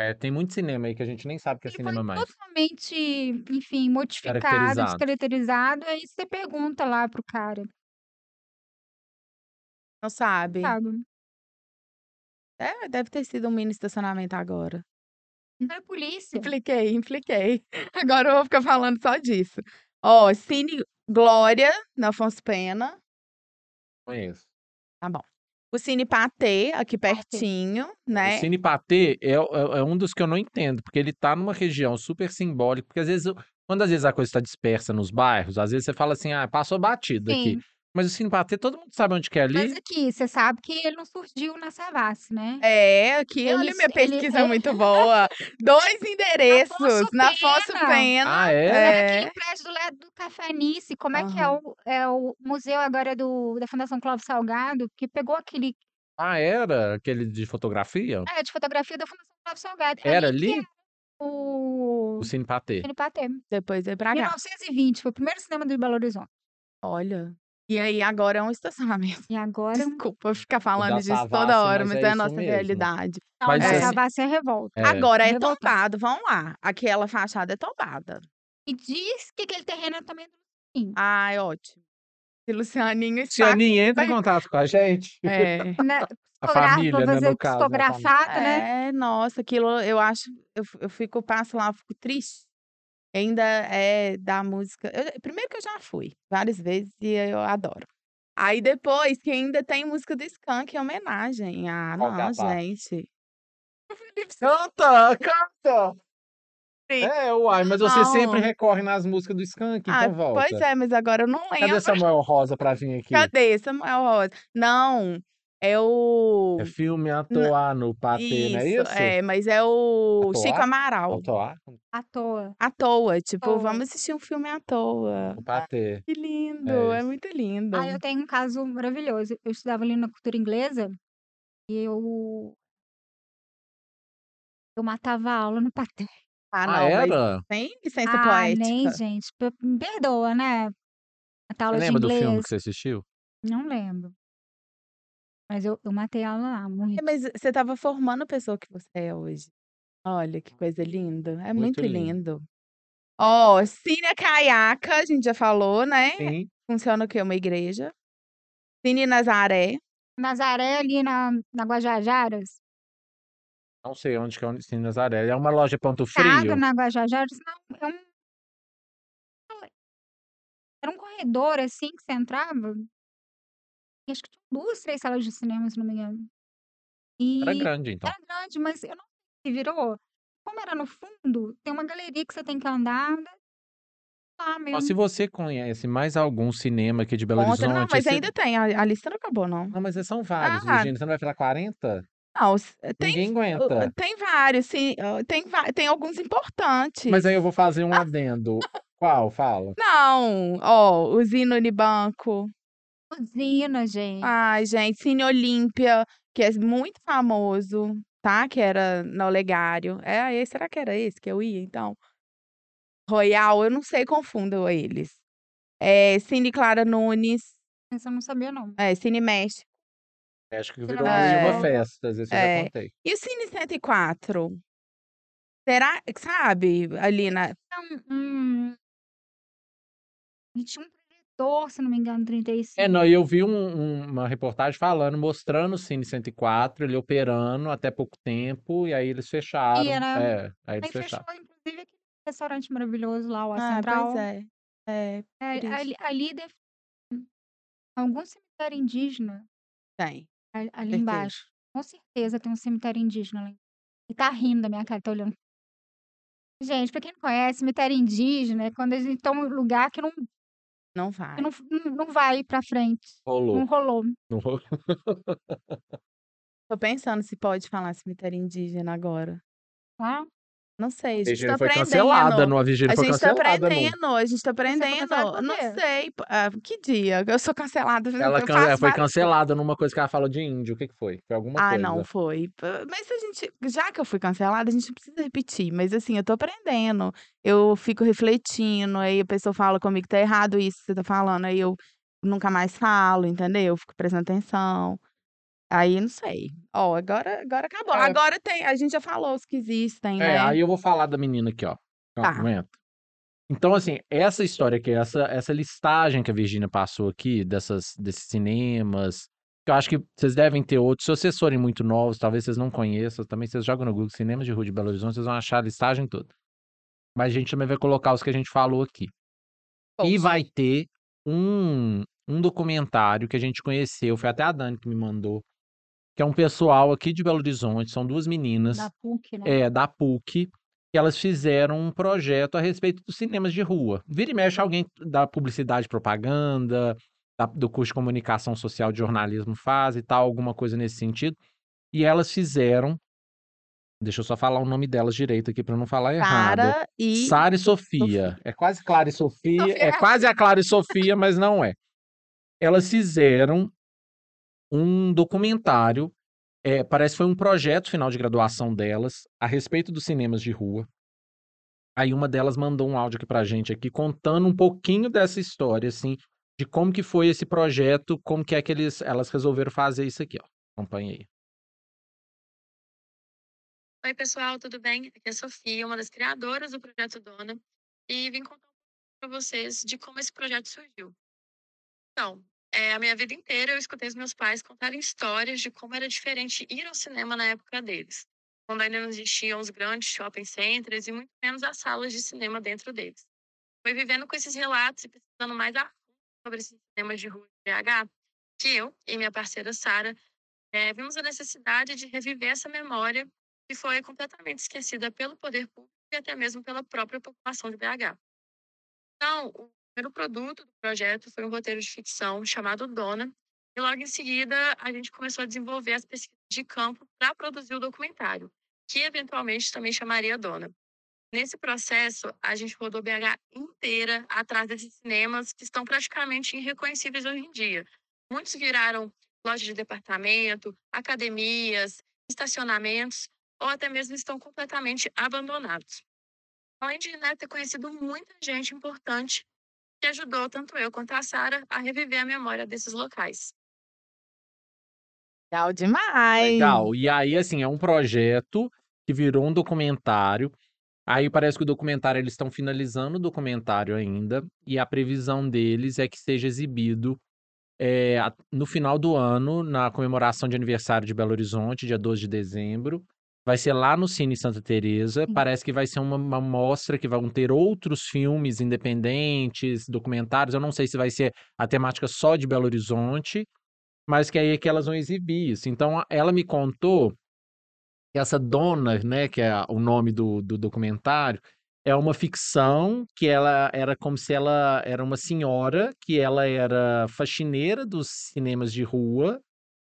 Speaker 3: É, tem muito cinema aí que a gente nem sabe que é
Speaker 5: Ele foi
Speaker 3: cinema mais.
Speaker 5: totalmente, enfim, modificado,
Speaker 3: Caracterizado.
Speaker 5: descaracterizado. Aí você pergunta lá pro cara,
Speaker 4: não sabe.
Speaker 5: sabe?
Speaker 4: É, deve ter sido um mini estacionamento agora.
Speaker 5: Era é polícia.
Speaker 4: Impliquei, impliquei. Agora eu vou ficar falando só disso. Ó, Cine Glória, na Afonso Pena.
Speaker 3: Conheço.
Speaker 4: Tá bom. O Cine Patê, aqui pertinho,
Speaker 3: O
Speaker 4: né?
Speaker 3: Cine Patê é, é- é um dos que eu não entendo, porque ele tá numa região super simbólica, porque às vezes, eu- quando às vezes a coisa está dispersa nos bairros, às vezes você fala assim, ah, passou batido aqui.
Speaker 5: Sim,
Speaker 3: Mas o Cine Patê, todo mundo sabe onde que é
Speaker 5: mas
Speaker 3: ali.
Speaker 5: aqui, você sabe que ele não surgiu na Savassi, né?
Speaker 4: É, aqui, olha,
Speaker 5: Ele-
Speaker 4: minha
Speaker 5: ele-
Speaker 4: pesquisa é
Speaker 5: ele-
Speaker 4: muito boa. Dois endereços,
Speaker 5: Afonso
Speaker 4: na Afonso
Speaker 5: Pena.
Speaker 4: Pena.
Speaker 3: Ah, é?
Speaker 5: Era
Speaker 4: É.
Speaker 5: aquele prédio do lado do Café Nice, como é que é
Speaker 4: Aham.
Speaker 5: o, é o museu agora do, da Fundação Clóvis Salgado, que pegou aquele
Speaker 3: Ah, era? Aquele de fotografia?
Speaker 5: é, de fotografia da Fundação Clóvis Salgado. é
Speaker 3: Era
Speaker 5: Ali que
Speaker 3: ali
Speaker 5: era o
Speaker 3: o Ah, tá. Cine Patê?
Speaker 5: Cine Patê.
Speaker 4: Depois veio pra cá.
Speaker 5: 1920, foi o primeiro cinema de Belo Horizonte.
Speaker 4: Olha. E aí, agora é um estacionamento.
Speaker 5: E agora. é um
Speaker 4: Desculpa ficar
Speaker 3: O
Speaker 4: falando
Speaker 3: da
Speaker 4: disso toda
Speaker 3: Savassi,
Speaker 4: hora,
Speaker 3: mas
Speaker 4: mas
Speaker 3: é
Speaker 4: é a
Speaker 3: isso
Speaker 4: nossa
Speaker 3: mesmo.
Speaker 4: realidade.
Speaker 5: Não,
Speaker 3: Mas
Speaker 5: da
Speaker 4: é-
Speaker 5: Savassi é revolta.
Speaker 3: É.
Speaker 4: Agora é tombado,
Speaker 5: Revoltado.
Speaker 4: vão lá. Aquela fachada é tombada.
Speaker 5: E diz que aquele terreno é também do Sim.
Speaker 4: Ai, ótimo. Se Lucianinho está.
Speaker 3: Lucianinha, entra em
Speaker 4: bem-
Speaker 3: contato com a gente.
Speaker 4: É.
Speaker 5: Né?
Speaker 3: A
Speaker 5: Fotogra-
Speaker 3: família,
Speaker 5: Vou
Speaker 3: né,
Speaker 5: fazer
Speaker 3: no caso, a família.
Speaker 5: psicografado, né?
Speaker 4: É, nossa, aquilo eu acho. Eu, f- eu fico, passo lá, eu fico triste. Ainda é da música. eu- primeiro que eu já fui várias vezes e eu adoro. Aí depois que ainda tem música do Skank em homenagem. Ah,
Speaker 3: Qual que é a
Speaker 4: não,
Speaker 3: parte?
Speaker 4: gente. Felipe
Speaker 3: Canta, canta!
Speaker 4: Santri.
Speaker 3: É, uai, mas você sempre
Speaker 4: Não.
Speaker 3: recorre nas músicas do Skank,
Speaker 4: Ah,
Speaker 3: então volta.
Speaker 4: pois é, mas agora eu não
Speaker 3: Cadê
Speaker 4: lembro.
Speaker 3: Samuel Rosa pra vir aqui?
Speaker 4: Cadê Samuel Rosa? Não, É o.
Speaker 3: É filme à toa no patê, não é isso?
Speaker 4: é, mas é o
Speaker 3: Atoar?
Speaker 4: Chico Amaral.
Speaker 3: À toa
Speaker 5: à toa.
Speaker 4: À toa, tipo,
Speaker 5: Toa.
Speaker 4: vamos assistir um filme à toa.
Speaker 3: no patê.
Speaker 4: Que lindo,
Speaker 3: É
Speaker 4: é,
Speaker 3: isso.
Speaker 4: muito lindo.
Speaker 5: Ah, eu tenho um caso maravilhoso. Eu estudava ali na cultura inglesa e eu. Eu matava a aula no patê.
Speaker 4: Ah,
Speaker 3: Ah,
Speaker 4: não, mas
Speaker 3: era?
Speaker 4: sem licença
Speaker 5: Ah,
Speaker 4: poética.
Speaker 5: nem, gente. pe- Me perdoa, né? Matar
Speaker 3: Você
Speaker 5: aula de
Speaker 3: lembra do filme
Speaker 5: inglês.
Speaker 3: que você assistiu?
Speaker 5: Não lembro. Mas eu, eu matei a aula lá,
Speaker 4: É,
Speaker 5: muito.
Speaker 4: Mas você estava formando a pessoa que você é hoje. Olha que coisa linda. É
Speaker 3: Muito
Speaker 4: muito
Speaker 3: lindo.
Speaker 4: lindo. Ó, Cine Caiaca, a gente já falou, né?
Speaker 3: Sim.
Speaker 4: Funciona o quê? Uma igreja. Cine Nazaré.
Speaker 5: Nazaré ali na, na Guajajaras.
Speaker 3: Não sei onde que é o Cine Nazaré. É uma loja ponto
Speaker 5: Cada
Speaker 3: frio?
Speaker 5: na Guajajaras. Não, é um. Era um corredor assim que você entrava. e acho que tinha duas, três salas de cinema, se não me engano.
Speaker 3: Era
Speaker 5: E
Speaker 3: grande, então.
Speaker 5: era grande, mas eu não sei se virou. Como era no fundo, tem uma galeria que você tem que andar né, lá
Speaker 3: Ó, se
Speaker 5: mesmo.
Speaker 3: você conhece mais algum cinema aqui de Belo
Speaker 4: é. Conta.
Speaker 3: Horizonte...
Speaker 4: Não, mas
Speaker 3: esse-
Speaker 4: ainda tem. A, a lista não acabou, não.
Speaker 3: Não, mas são vários,
Speaker 4: Ah.
Speaker 3: Virgínia. Você não vai falar 40?
Speaker 4: Não, s- eh, tem,
Speaker 3: Ninguém aguenta.
Speaker 4: tem vários, sim. ah, Tem, va- tem alguns importantes.
Speaker 3: Mas aí eu vou fazer
Speaker 4: Ah.
Speaker 3: um adendo. Qual? Fala.
Speaker 4: Não, ó, o Zino Unibanco.
Speaker 5: Usina, gente.
Speaker 3: Ah.
Speaker 4: Ai, gente, Cine Olímpia, que é muito famoso, tá? Que era no Olegário. É, aí, será que era esse que eu ia, então? Royal, eu não sei, confundo eles. É, Cine Clara Nunes,
Speaker 5: Essa eu não sabia, não.
Speaker 4: é, Cine México.
Speaker 3: É, Acho que
Speaker 5: Você
Speaker 3: virou
Speaker 5: não
Speaker 3: aula de uma
Speaker 4: É.
Speaker 3: festa, às vezes eu já
Speaker 4: É.
Speaker 3: contei.
Speaker 4: E o Cine 104? Será, sabe, ali na...
Speaker 5: Era um. um... E tinha um projetor, se não me engano, 35.
Speaker 3: É, não, e eu vi um- um- uma reportagem falando, mostrando o Cine 104, ele operando até pouco tempo, e aí eles
Speaker 5: E
Speaker 3: fecharam.
Speaker 5: era.
Speaker 3: É, aí eles
Speaker 5: Aí fechou,
Speaker 3: fecharam.
Speaker 5: inclusive, aquele restaurante maravilhoso lá, o A
Speaker 4: Ah, pois
Speaker 5: Central.
Speaker 4: é. É,
Speaker 5: É,
Speaker 4: triste.
Speaker 5: ali, ali deve algum cemitério indígena
Speaker 4: Tem,
Speaker 5: a- ali
Speaker 4: certeza.
Speaker 5: embaixo. Com certeza tem um cemitério indígena lá. E tá rindo da minha cara, tá olhando. Gente, pra quem não conhece, cemitério indígena é quando a gente tá um lugar que não, que
Speaker 4: Não vai.
Speaker 5: não, não, não vai pra frente. Não
Speaker 3: Rolou.
Speaker 4: Hum.
Speaker 5: rolou.
Speaker 3: Não rolou.
Speaker 4: Tô pensando se pode falar cemitério indígena agora.
Speaker 5: Tá?
Speaker 4: Não sei, a gente
Speaker 3: Virgínia
Speaker 4: tá
Speaker 3: foi cancelada,
Speaker 4: aprendendo.
Speaker 3: não, a Virgínia
Speaker 4: A
Speaker 3: foi
Speaker 4: gente tá
Speaker 3: cancelada, não.
Speaker 4: aprendendo, a gente tá aprendendo.
Speaker 5: cancelada por
Speaker 4: Não
Speaker 5: quê?
Speaker 4: sei, p- ah, que dia? Eu sou cancelada,
Speaker 3: Ela
Speaker 4: eu
Speaker 3: can-
Speaker 4: faço
Speaker 3: é, foi
Speaker 4: várias coisas.
Speaker 3: cancelada numa coisa que ela falou de índio, o que que foi? Foi alguma
Speaker 4: Ah, não,
Speaker 3: coisa.
Speaker 4: foi. P- Mas a gente, já que eu fui cancelada, a gente não precisa repetir. Mas assim, eu tô aprendendo. Eu fico refletindo, aí a pessoa fala comigo que tá errado isso que você tá falando, aí eu nunca mais falo, entendeu? Eu fico prestando atenção. Aí não sei. Ó, agora, agora acabou.
Speaker 3: É.
Speaker 4: Agora tem, a gente já falou os que existem,
Speaker 3: É,
Speaker 4: né?
Speaker 3: aí eu vou falar da menina aqui, ó.
Speaker 4: Tá.
Speaker 3: Aguenta. Então, assim, essa história aqui, essa, essa listagem que a Virgínia passou aqui, dessas, desses cinemas, que eu acho que vocês devem ter outros. Se vocês forem muito novos, talvez vocês não conheçam, também vocês jogam no Google Cinemas de Rua de Belo Horizonte, vocês vão achar a listagem toda. Mas a gente também vai colocar os que a gente falou aqui. E
Speaker 4: Post.
Speaker 3: vai ter um, um documentário que a gente conheceu, foi até a Dani que me mandou, que é um pessoal aqui de Belo Horizonte, são duas meninas
Speaker 5: Da PUC, né?
Speaker 3: é, da PUC, que elas fizeram um projeto a respeito dos cinemas de rua. Vira e mexe alguém da publicidade e propaganda, da- do curso de comunicação social de jornalismo faz e tal, alguma coisa nesse sentido. E elas fizeram, deixa eu só falar o nome delas direito aqui para não falar errado.
Speaker 4: Sara e
Speaker 3: Sara e Sofia.
Speaker 4: Sofia.
Speaker 3: É quase Clara e Sofia.
Speaker 4: Sofia
Speaker 3: É
Speaker 4: Gar-
Speaker 3: quase a Clara e Sofia, mas não é. Elas fizeram um documentário. é, parece que foi um projeto final de graduação delas a respeito dos cinemas de rua. Aí uma delas mandou um áudio aqui pra gente aqui contando um pouquinho dessa história, assim, de como que foi esse projeto, como que é que eles, elas resolveram fazer isso aqui, ó. Acompanha aí.
Speaker 7: Oi, pessoal, tudo bem? Aqui é a Sofia, uma das criadoras do projeto Dona, e vim contar um pouco para vocês de como esse projeto surgiu. Então, é, a minha vida inteira eu escutei os meus pais contarem histórias de como era diferente ir ao cinema na época deles, quando ainda não existiam os grandes shopping centers e muito menos as salas de cinema dentro deles. Foi vivendo com esses relatos e pesquisando mais a fundo sobre esses cinemas de rua de BH que eu e minha parceira Sara eh, vimos a necessidade de reviver essa memória que foi completamente esquecida pelo poder público e até mesmo pela própria população de BH. Então, o primeiro produto do projeto foi um roteiro de ficção chamado Dona, E logo em seguida, a gente começou a desenvolver as pesquisas de campo para produzir o documentário, que eventualmente também chamaria Dona. Nesse processo, a gente rodou BH inteira atrás desses cinemas que estão praticamente irreconhecíveis hoje em dia. Muitos viraram lojas de departamento, academias, estacionamentos, ou até mesmo estão completamente abandonados. Além de né, ter conhecido muita gente importante que ajudou tanto eu quanto a Sara a reviver a memória desses locais.
Speaker 4: Legal demais.
Speaker 3: Legal. E aí, assim, é um projeto que virou um documentário. Aí parece que o documentário, eles estão finalizando o documentário ainda, e a previsão deles é que seja exibido é, a- no final do ano, na comemoração de aniversário de Belo Horizonte, dia 12 de dezembro. Vai ser lá no Cine Santa Teresa.
Speaker 5: Sim.
Speaker 3: Parece que vai ser uma, uma mostra que vão ter outros filmes independentes, documentários. Eu não sei se vai ser a temática só de Belo Horizonte, mas que aí é que elas vão exibir isso. Então, a- ela me contou que essa dona, né, que é a- o nome do, do documentário, é uma ficção que ela era como se ela era uma senhora, que ela era faxineira dos cinemas de rua,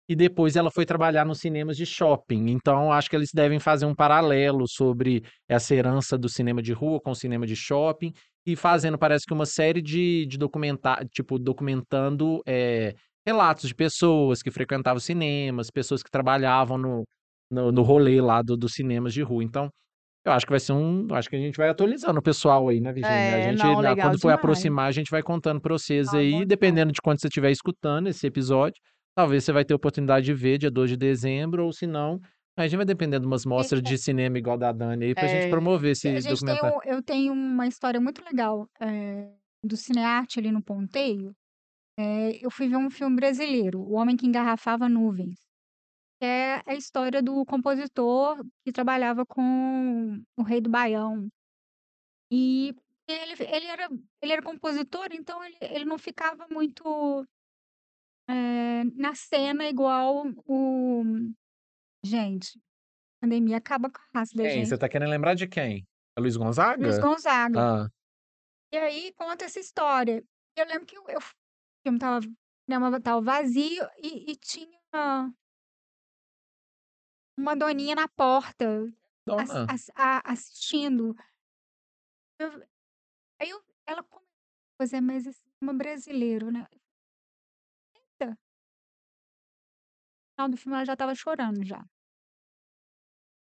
Speaker 3: e depois ela foi trabalhar nos cinemas de shopping. Então, acho que eles devem fazer um paralelo sobre essa herança do cinema de rua com o cinema de shopping, e fazendo, parece que uma série de, de documentar, tipo, documentando eh, relatos de pessoas que frequentavam cinemas, pessoas que trabalhavam no, no, no rolê lá do- dos cinemas de rua. Então, eu acho que vai ser um. Acho que a gente vai atualizando o pessoal aí, né, Virginia?
Speaker 4: É,
Speaker 3: a gente,
Speaker 4: não,
Speaker 3: na-
Speaker 4: legal
Speaker 3: quando for
Speaker 4: demais.
Speaker 3: aproximar, a gente vai contando pra vocês
Speaker 5: Tá bom,
Speaker 3: aí,
Speaker 5: então.
Speaker 3: dependendo de quando você estiver escutando esse episódio. Talvez você vai ter oportunidade de ver dia 2 de dezembro, ou se não, a gente vai dependendo de umas mostras de cinema igual da Dani aí, pra gente
Speaker 4: É.
Speaker 3: promover
Speaker 5: A
Speaker 3: esse né?
Speaker 5: gente tem
Speaker 3: documentário.
Speaker 5: um- eu tenho uma história muito legal eh, do Cinearte ali no Ponteio. Eh, eu fui ver um filme brasileiro, O Homem que Engarrafava Nuvens, que é a história do compositor que trabalhava com o Rei do Baião. E ele, ele, era, ele era compositor, então ele, ele não ficava muito eh, na cena igual o. Gente, a pandemia acaba com a raça da
Speaker 3: Quem? Você
Speaker 5: gente.
Speaker 3: tá querendo lembrar de quem? É Luiz
Speaker 5: Luiz
Speaker 3: Gonzaga?
Speaker 5: Gonzaga.
Speaker 3: Ah,
Speaker 5: E aí conta essa história. E Eu lembro que eu, eu, o filme tava, o cinema tava vazio e, e tinha uma doninha na porta ass-
Speaker 3: dona.
Speaker 5: ass- a- assistindo. Eu- aí eu- ela começou, pois é, mas esse filme é brasileiro, né? Eita! No final do filme ela já tava chorando já.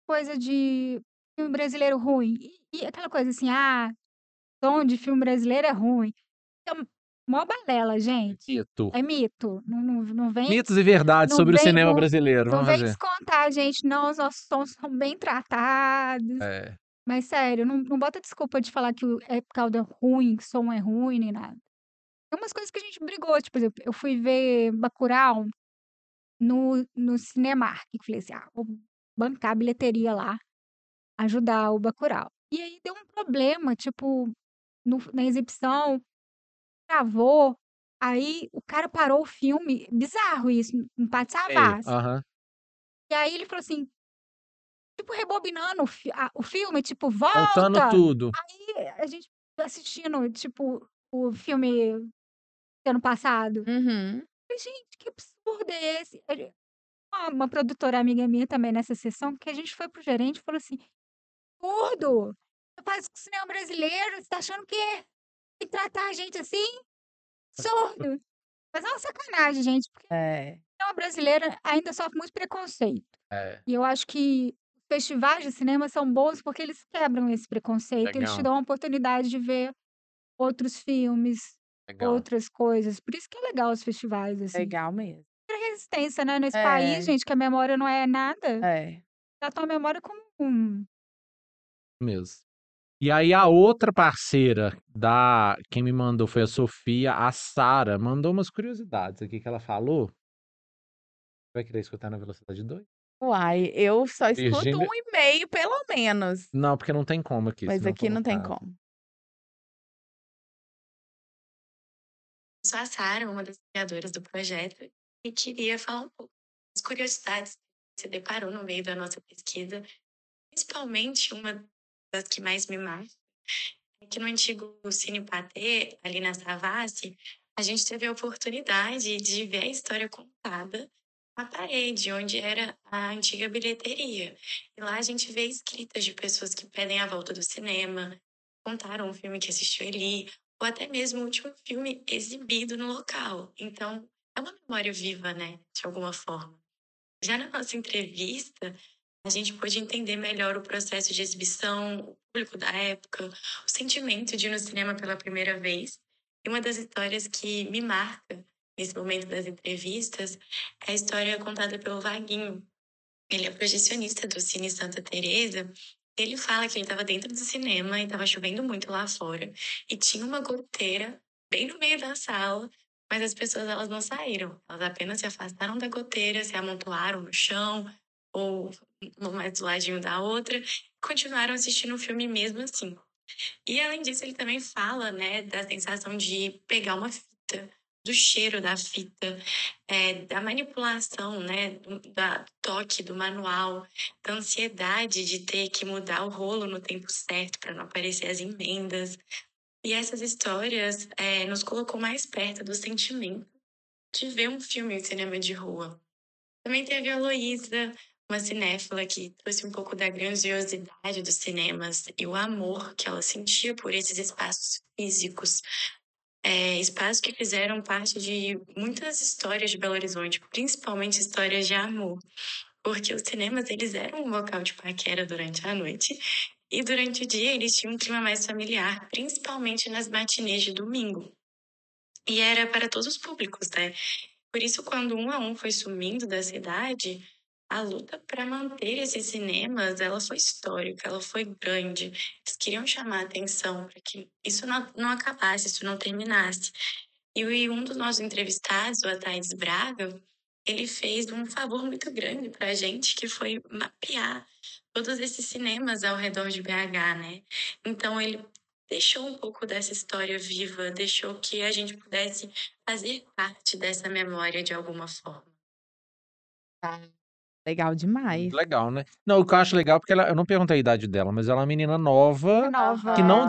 Speaker 5: Coisa de filme brasileiro ruim. E, e aquela coisa assim, ah, tom de filme brasileiro é ruim. Então, mó balela, gente.
Speaker 3: Mito.
Speaker 5: É mito. Não, não, não vem
Speaker 3: Mitos e verdades
Speaker 5: não
Speaker 3: sobre o
Speaker 5: vem-
Speaker 3: cinema
Speaker 5: não-
Speaker 3: brasileiro.
Speaker 5: Não
Speaker 3: Vamos
Speaker 5: vem
Speaker 3: fazer.
Speaker 5: descontar, gente. Não, os nossos sons são bem tratados.
Speaker 3: É.
Speaker 5: Mas sério, não, não bota desculpa de falar que o- é por causa do ruim, que o som é ruim, nem nada. Tem umas coisas que a gente brigou. Tipo, por exemplo, eu fui ver Bacurau no, no Cinemark. Eu falei assim, ah, vou bancar a bilheteria lá, ajudar o Bacurau. E aí deu um problema, tipo, no- na exibição, travou. Aí o cara parou o filme. Bizarro isso, no Pátio
Speaker 3: Ei,
Speaker 5: Savassi.
Speaker 3: aham.
Speaker 5: E aí ele falou assim, tipo, rebobinando o, fi- a- o filme, tipo,
Speaker 3: Voltando
Speaker 5: volta!
Speaker 3: tudo.
Speaker 5: E a gente tá assistindo, tipo, o filme do ano passado.
Speaker 4: Uhum.
Speaker 5: Falei, gente, que absurdo é esse? Ele- Uma, uma produtora amiga minha também nessa sessão, que a gente foi pro gerente e falou assim, absurdo! Você faz com o cinema brasileiro, você tá achando que tem que tratar a gente assim? Absurdo! Mas é uma sacanagem, gente, porque o
Speaker 4: É.
Speaker 5: cinema brasileiro Então, ainda sofre muito preconceito.
Speaker 3: É.
Speaker 5: E eu acho que festivais de cinema são bons porque eles quebram esse preconceito, eles te
Speaker 3: Legal.
Speaker 5: dão a oportunidade de ver outros filmes,
Speaker 3: Legal.
Speaker 5: outras coisas. Por isso que é legal os festivais, assim.
Speaker 4: Legal mesmo.
Speaker 5: Pra resistência, né? Nesse
Speaker 4: É.
Speaker 5: país, gente, que a memória não é nada,
Speaker 4: É.
Speaker 5: tratam a memória como um.
Speaker 3: Mesmo. E aí a outra parceira da quem me mandou foi a Sofia, a Sara, mandou umas curiosidades aqui que ela falou. Vai querer escutar na velocidade 2?
Speaker 4: Uai, eu só escuto
Speaker 3: Virgínia-
Speaker 4: um e meio, pelo menos.
Speaker 3: Não, porque não tem como aqui.
Speaker 4: Mas
Speaker 3: senão eu
Speaker 4: aqui não tem
Speaker 3: colocava.
Speaker 4: como.
Speaker 7: Eu sou a Sara, uma das criadoras do projeto, e queria falar um pouco das curiosidades que se deparou no meio da nossa pesquisa, principalmente uma das que mais me marca, é que no antigo Cine Patê, ali na Savassi, a gente teve a oportunidade de ver a história contada na parede, onde era a antiga bilheteria. E lá a gente vê escritas de pessoas que pedem a volta do cinema, contaram um filme que assistiu ali, ou até mesmo o último filme exibido no local. Então, é uma memória viva, né? De alguma forma. Já na nossa entrevista, a gente pôde entender melhor o processo de exibição, o público da época, o sentimento de ir no cinema pela primeira vez. E uma das histórias que me marca nesse momento das entrevistas é a história contada pelo Vaguinho. Ele é projecionista do Cine Santa Teresa. Ele fala que ele estava dentro do cinema e estava chovendo muito lá fora e tinha uma goteira bem no meio da sala, mas as pessoas elas não saíram. Elas apenas se afastaram da goteira, se amontoaram no chão ou uma mais do ladinho da outra, e continuaram assistindo o filme mesmo assim. E além disso, ele também fala, né, da sensação de pegar uma fita, do cheiro da fita, é, da manipulação, né, do, da, do toque, do manual, da ansiedade de ter que mudar o rolo no tempo certo para não aparecer as emendas. E essas histórias é, nos colocou mais perto do sentimento de ver um filme em cinema de rua. Também teve a Heloísa, uma cinéfila que trouxe um pouco da grandiosidade dos cinemas e o amor que ela sentia por esses espaços físicos. É, espaços que fizeram parte de muitas histórias de Belo Horizonte, principalmente histórias de amor, porque os cinemas eles eram um local de paquera durante a noite e durante o dia eles tinham um clima mais familiar, principalmente nas matinês de domingo. E era para todos os públicos, né? Por isso, quando um a um foi sumindo da cidade, a luta para manter esses cinemas, ela foi histórica, ela foi grande. Eles queriam chamar a atenção para que isso não, não acabasse, isso não terminasse. E o- um dos nossos entrevistados, o Ataídes Braga, ele fez um favor muito grande para a gente, que foi mapear todos esses cinemas ao redor de BH, né? Então ele deixou um pouco dessa história viva, deixou que a gente pudesse fazer parte dessa memória de alguma forma.
Speaker 4: Legal demais.
Speaker 3: Legal, né? Não, o que eu acho legal, porque ela, eu não perguntei a idade dela, mas ela é uma menina nova,
Speaker 5: Nova.
Speaker 3: que não
Speaker 2: Aham.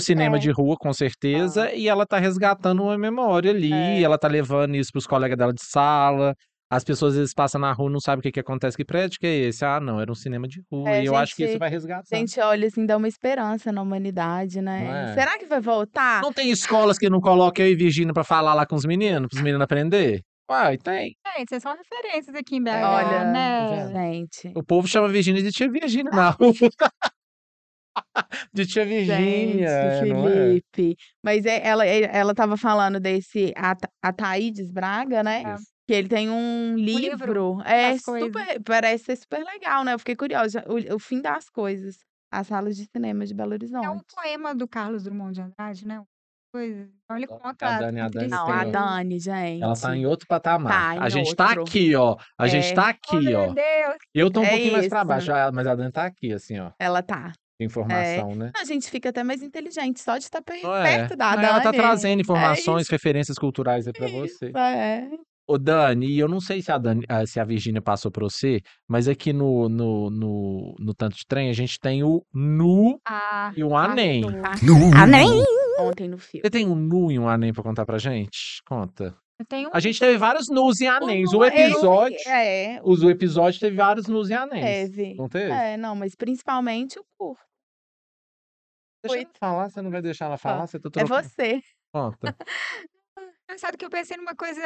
Speaker 2: Final
Speaker 3: cinema
Speaker 2: pé.
Speaker 3: de rua, com certeza, e ela tá resgatando uma memória ali,
Speaker 4: É.
Speaker 3: e ela tá levando isso pros colegas dela de sala. As pessoas às vezes passam na rua, não sabem o que que acontece, que prédio que é esse? Ah, não, era um cinema de rua,
Speaker 4: É,
Speaker 3: e eu acho que isso
Speaker 4: gente,
Speaker 3: vai resgatar.
Speaker 4: A gente olha assim, dá uma esperança na humanidade,
Speaker 3: Não
Speaker 4: né?
Speaker 3: é?
Speaker 4: Será que vai voltar?
Speaker 3: Não tem escolas que não colocam eu e Virgínia pra falar lá com os meninos, pros meninos aprender? Uai, tem. tá
Speaker 5: Gente, vocês são referências aqui em BH,
Speaker 4: É, olha,
Speaker 5: né?
Speaker 4: Gente.
Speaker 3: O povo chama Virgínia de tia Virgínia na rua. de tia
Speaker 4: Gente,
Speaker 3: Virgínia, é, não é?
Speaker 4: Felipe. Mas é- ela, é- ela tava falando desse Ata- Ataídes Braga, né?
Speaker 3: Isso.
Speaker 4: Que ele tem um
Speaker 5: livro
Speaker 4: livro. É
Speaker 5: das coisas.
Speaker 4: super, parece ser super legal, né? Eu fiquei curiosa. O, o fim das coisas. As salas de cinema de Belo
Speaker 5: É o
Speaker 4: Horizonte.
Speaker 5: poema do Carlos Drummond de Andrade, né? Coisa. Então ele
Speaker 3: Nossa,
Speaker 5: conta
Speaker 3: a
Speaker 5: a,
Speaker 3: Dani- a
Speaker 5: a
Speaker 3: Dani
Speaker 4: Não, a
Speaker 3: tem, ó.
Speaker 5: tristeza.
Speaker 4: Dani,
Speaker 3: Ela tá em
Speaker 4: gente.
Speaker 3: outro patamar.
Speaker 4: Tá
Speaker 3: A
Speaker 4: em
Speaker 3: gente tá
Speaker 4: outro.
Speaker 3: aqui, ó. A gente
Speaker 4: É.
Speaker 3: tá
Speaker 5: Oh,
Speaker 3: aqui, ó.
Speaker 5: meu Deus!
Speaker 3: Eu tô um
Speaker 4: É
Speaker 3: pouquinho mais pra
Speaker 4: isso.
Speaker 3: baixo, ah, mas a Dani tá aqui, assim, ó.
Speaker 4: Ela tá.
Speaker 3: De informação, né?
Speaker 4: A gente fica até mais inteligente só de estar per-
Speaker 3: Não é?
Speaker 4: perto da
Speaker 3: Não, Ela tá
Speaker 4: Dani.
Speaker 3: trazendo
Speaker 4: É
Speaker 3: informações,
Speaker 4: isso.
Speaker 3: referências culturais aí pra você.
Speaker 4: É.
Speaker 3: Ô, Dani, e eu não sei se a, Dani, ah, se a Virgínia passou pra você, mas aqui no, no, no, no Tanto de Trem a gente tem o nu
Speaker 5: Ah,
Speaker 3: e o anem.
Speaker 5: passou.
Speaker 4: Ontem no filme.
Speaker 3: Você tem um nu e um anem pra contar pra gente? Conta.
Speaker 5: Eu tenho um
Speaker 3: A gente teve vários nus e anéis.
Speaker 4: nu
Speaker 3: O
Speaker 4: é-
Speaker 3: episódio.
Speaker 4: É,
Speaker 3: Os, o episódio teve vários nus e anéis.
Speaker 4: teve.
Speaker 3: Não teve?
Speaker 4: É, não, mas principalmente o curto.
Speaker 3: Deixa
Speaker 4: Foi-
Speaker 3: ela falar, você não vai deixar ela falar, você tá
Speaker 4: É
Speaker 3: trocando.
Speaker 4: você.
Speaker 3: Conta.
Speaker 5: Engraçado que eu pensei numa coisa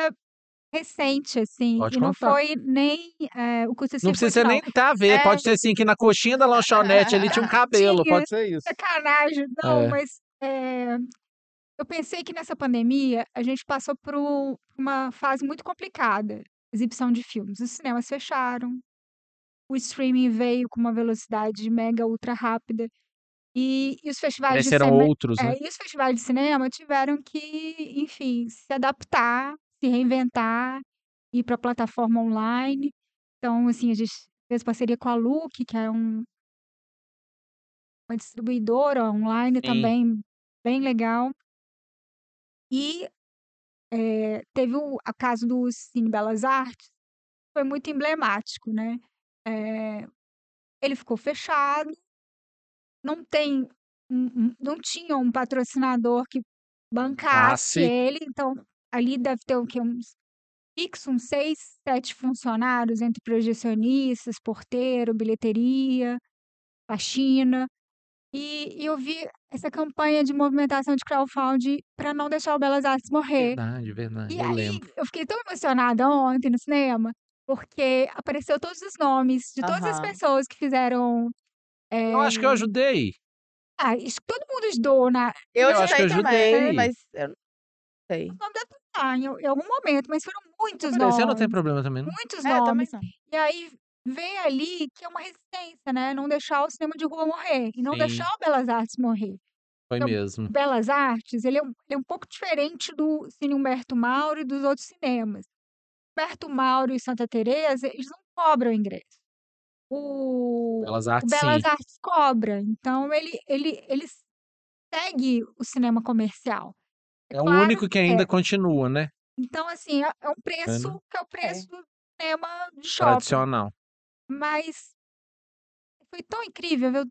Speaker 5: recente, assim,
Speaker 3: Pode
Speaker 5: e não
Speaker 3: contar.
Speaker 5: foi nem é, o curso de
Speaker 3: Não precisa
Speaker 5: circuito,
Speaker 3: você
Speaker 5: não.
Speaker 3: nem tá ver.
Speaker 5: É.
Speaker 3: Pode ser assim que na coxinha da lanchonete ali tinha um cabelo.
Speaker 5: Tinha.
Speaker 3: Pode ser isso.
Speaker 5: é Sacanagem, não,
Speaker 3: É.
Speaker 5: mas é, eu pensei que nessa pandemia a gente passou por um- uma fase muito complicada. Exibição de filmes. Os cinemas fecharam, o streaming veio com uma velocidade mega ultra rápida. E, e os festivais de
Speaker 3: Apareceram
Speaker 5: cinema,
Speaker 3: outros, né?
Speaker 5: É, e os festivais de cinema tiveram que, enfim, se adaptar, se reinventar, ir para a plataforma online. Então, assim, a gente fez parceria com a Look, que é um- uma distribuidora online
Speaker 3: Sim.
Speaker 5: também bem legal. E eh, teve o a caso do Cine Belas Artes, foi muito emblemático, né? Eh, ele ficou fechado, não tem um- um- não tinha um patrocinador que
Speaker 3: Bancasse.
Speaker 5: bancasse ele, então ali deve ter o quê? Uns fixo, uns seis, sete funcionários, entre projecionistas, porteiro, bilheteria, faxina. E, e eu vi essa campanha de movimentação de crowdfunding para não deixar o Belas Artes morrer.
Speaker 3: Verdade, verdade.
Speaker 5: é. E
Speaker 3: eu
Speaker 5: aí,
Speaker 3: lembro.
Speaker 5: eu fiquei tão emocionada ontem no cinema, porque apareceu todos os nomes de todas as
Speaker 4: Aham.
Speaker 5: pessoas que fizeram.
Speaker 3: Eu acho que eu
Speaker 5: eh,
Speaker 3: ajudei.
Speaker 5: ah, isso que todo mundo né? ajudou na.
Speaker 4: Eu
Speaker 3: Eu acho que
Speaker 4: ajudei
Speaker 3: eu
Speaker 4: também,
Speaker 3: ajudei.
Speaker 4: mas eu não sei.
Speaker 5: o nome da Tatá, em, em algum momento, mas foram muitos
Speaker 3: Aparecer não tem
Speaker 5: nomes.
Speaker 3: problema também, não?
Speaker 5: Muitos
Speaker 4: É, também
Speaker 5: nomes.
Speaker 4: não.
Speaker 5: E aí vê ali que é uma resistência, né? Não deixar o cinema de rua morrer. E não
Speaker 3: Sim.
Speaker 5: deixar o Belas Artes morrer.
Speaker 3: Foi
Speaker 5: Então,
Speaker 3: mesmo.
Speaker 5: O Belas Artes, ele é, um, ele é um pouco diferente do Cine Humberto Mauro e dos outros cinemas. Humberto Mauro e Santa Teresa, eles não cobram ingresso. O,
Speaker 3: Belas
Speaker 5: o
Speaker 3: artes, sim.
Speaker 5: Belas Artes cobra. Então, ele, ele, ele segue o cinema comercial. É
Speaker 3: É o
Speaker 5: claro
Speaker 3: único que
Speaker 5: é,
Speaker 3: ainda continua, né?
Speaker 5: então, assim, é é um preço que é o
Speaker 4: É.
Speaker 5: preço do cinema de shopping. né?
Speaker 3: Tradicional.
Speaker 5: Mas foi tão incrível ver o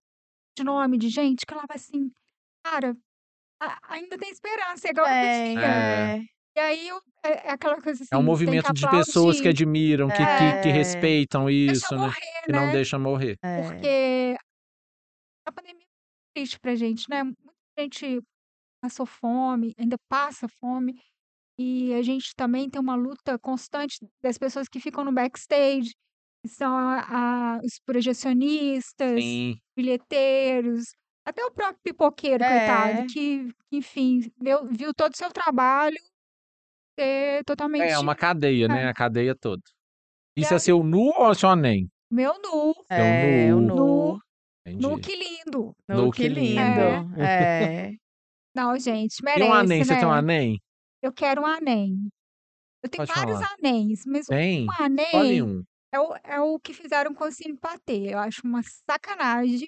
Speaker 5: de nome de gente que eu falava assim, cara, a- ainda tem esperança, é igual eu
Speaker 4: Tem,
Speaker 5: tinha.
Speaker 3: É.
Speaker 4: é.
Speaker 5: E aí eu, é, é aquela coisa
Speaker 3: É um
Speaker 5: assim, tem que
Speaker 3: movimento de pessoas que
Speaker 5: aplaudir,
Speaker 3: admiram, que, que, que
Speaker 4: É,
Speaker 5: é,
Speaker 3: respeitam
Speaker 5: deixa
Speaker 3: isso, né?
Speaker 5: morrer,
Speaker 3: Que não
Speaker 5: né?
Speaker 3: deixa morrer.
Speaker 4: é.
Speaker 5: Porque a pandemia é triste pra gente, né? Muita gente passou fome, ainda passa fome. E a gente também tem uma luta constante das pessoas que ficam no backstage, que são a- a- os projecionistas,
Speaker 3: Sim.
Speaker 5: bilheteiros, até o próprio pipoqueiro, coitado,
Speaker 4: É.
Speaker 5: que, enfim, viu, viu todo o seu trabalho ser
Speaker 3: É
Speaker 5: totalmente.
Speaker 3: uma cadeia,
Speaker 5: é,
Speaker 3: né? A cadeia toda.
Speaker 5: e
Speaker 3: Isso é
Speaker 5: aí,
Speaker 3: seu nu ou seu nem?
Speaker 5: meu nu,
Speaker 3: Seu
Speaker 4: É, o
Speaker 3: Um nu.
Speaker 5: nu,
Speaker 4: nu.
Speaker 5: nu,
Speaker 3: Entendi.
Speaker 5: que lindo.
Speaker 4: Nu,
Speaker 3: Nu,
Speaker 4: que
Speaker 3: que
Speaker 4: lindo.
Speaker 3: lindo.
Speaker 5: É,
Speaker 4: É.
Speaker 5: não, gente,
Speaker 3: E um anem?
Speaker 5: merece,
Speaker 3: Você tem um
Speaker 5: né?
Speaker 3: anem?
Speaker 5: Eu quero um anem. Eu tenho
Speaker 3: Pode
Speaker 5: vários
Speaker 3: falar.
Speaker 5: anéis, mas
Speaker 3: Tem?
Speaker 5: um
Speaker 3: Olha
Speaker 5: anem
Speaker 3: um.
Speaker 5: é o, é o que fizeram com o Cine Patê. Eu acho uma sacanagem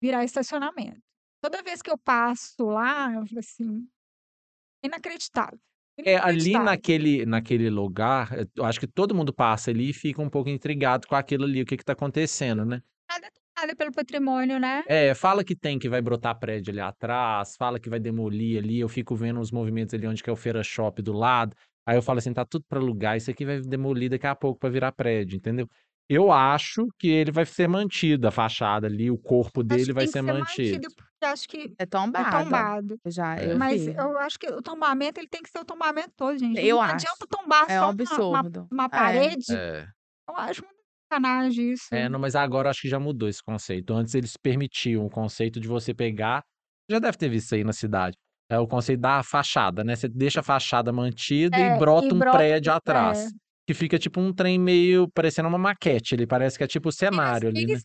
Speaker 5: virar estacionamento. Toda vez que eu passo lá, eu falo assim, inacreditável,
Speaker 3: É, ali
Speaker 5: inacreditável.
Speaker 3: naquele, naquele lugar, eh, eu acho que todo mundo passa ali e fica um pouco intrigado com aquilo ali, o que que tá acontecendo, né?
Speaker 5: Nada tomada pelo patrimônio, né?
Speaker 3: É, fala que tem que vai brotar prédio ali atrás, fala que vai demolir ali, eu fico vendo os movimentos ali onde que é o Feira Shop do lado. Aí eu falo assim, tá tudo pra alugar, isso aqui vai demolir daqui a pouco pra virar prédio, entendeu? Eu acho que ele vai ser mantido, a fachada ali, o corpo
Speaker 5: Acho
Speaker 3: dele
Speaker 5: que
Speaker 3: vai
Speaker 5: tem que
Speaker 3: ser
Speaker 5: ser
Speaker 3: mantido.
Speaker 5: mantido, porque acho que
Speaker 4: É
Speaker 5: é
Speaker 4: tombada.
Speaker 5: tombado.
Speaker 4: Eu já,
Speaker 3: É.
Speaker 4: eu
Speaker 5: Mas
Speaker 4: vi.
Speaker 5: eu acho que o tombamento ele tem que ser o tombamento todo, gente. Não
Speaker 4: Eu
Speaker 5: adianta
Speaker 4: acho.
Speaker 5: tombar
Speaker 4: É um
Speaker 5: só uma, uma,
Speaker 4: absurdo.
Speaker 5: uma
Speaker 4: É.
Speaker 5: parede.
Speaker 3: É.
Speaker 5: Eu acho uma sacanagem isso.
Speaker 3: É, não, mas agora eu acho que já mudou esse conceito. Antes eles permitiam o conceito de você pegar. Já deve ter visto isso aí na cidade. É o conceito da fachada, né? Você deixa a fachada mantida e
Speaker 5: É, e
Speaker 3: brota um
Speaker 5: brota.
Speaker 3: prédio
Speaker 5: É,
Speaker 3: atrás. Que fica tipo um trem meio parecendo uma maquete. Ele parece que é tipo o
Speaker 5: Minas
Speaker 3: cenário ali, né?
Speaker 5: Pires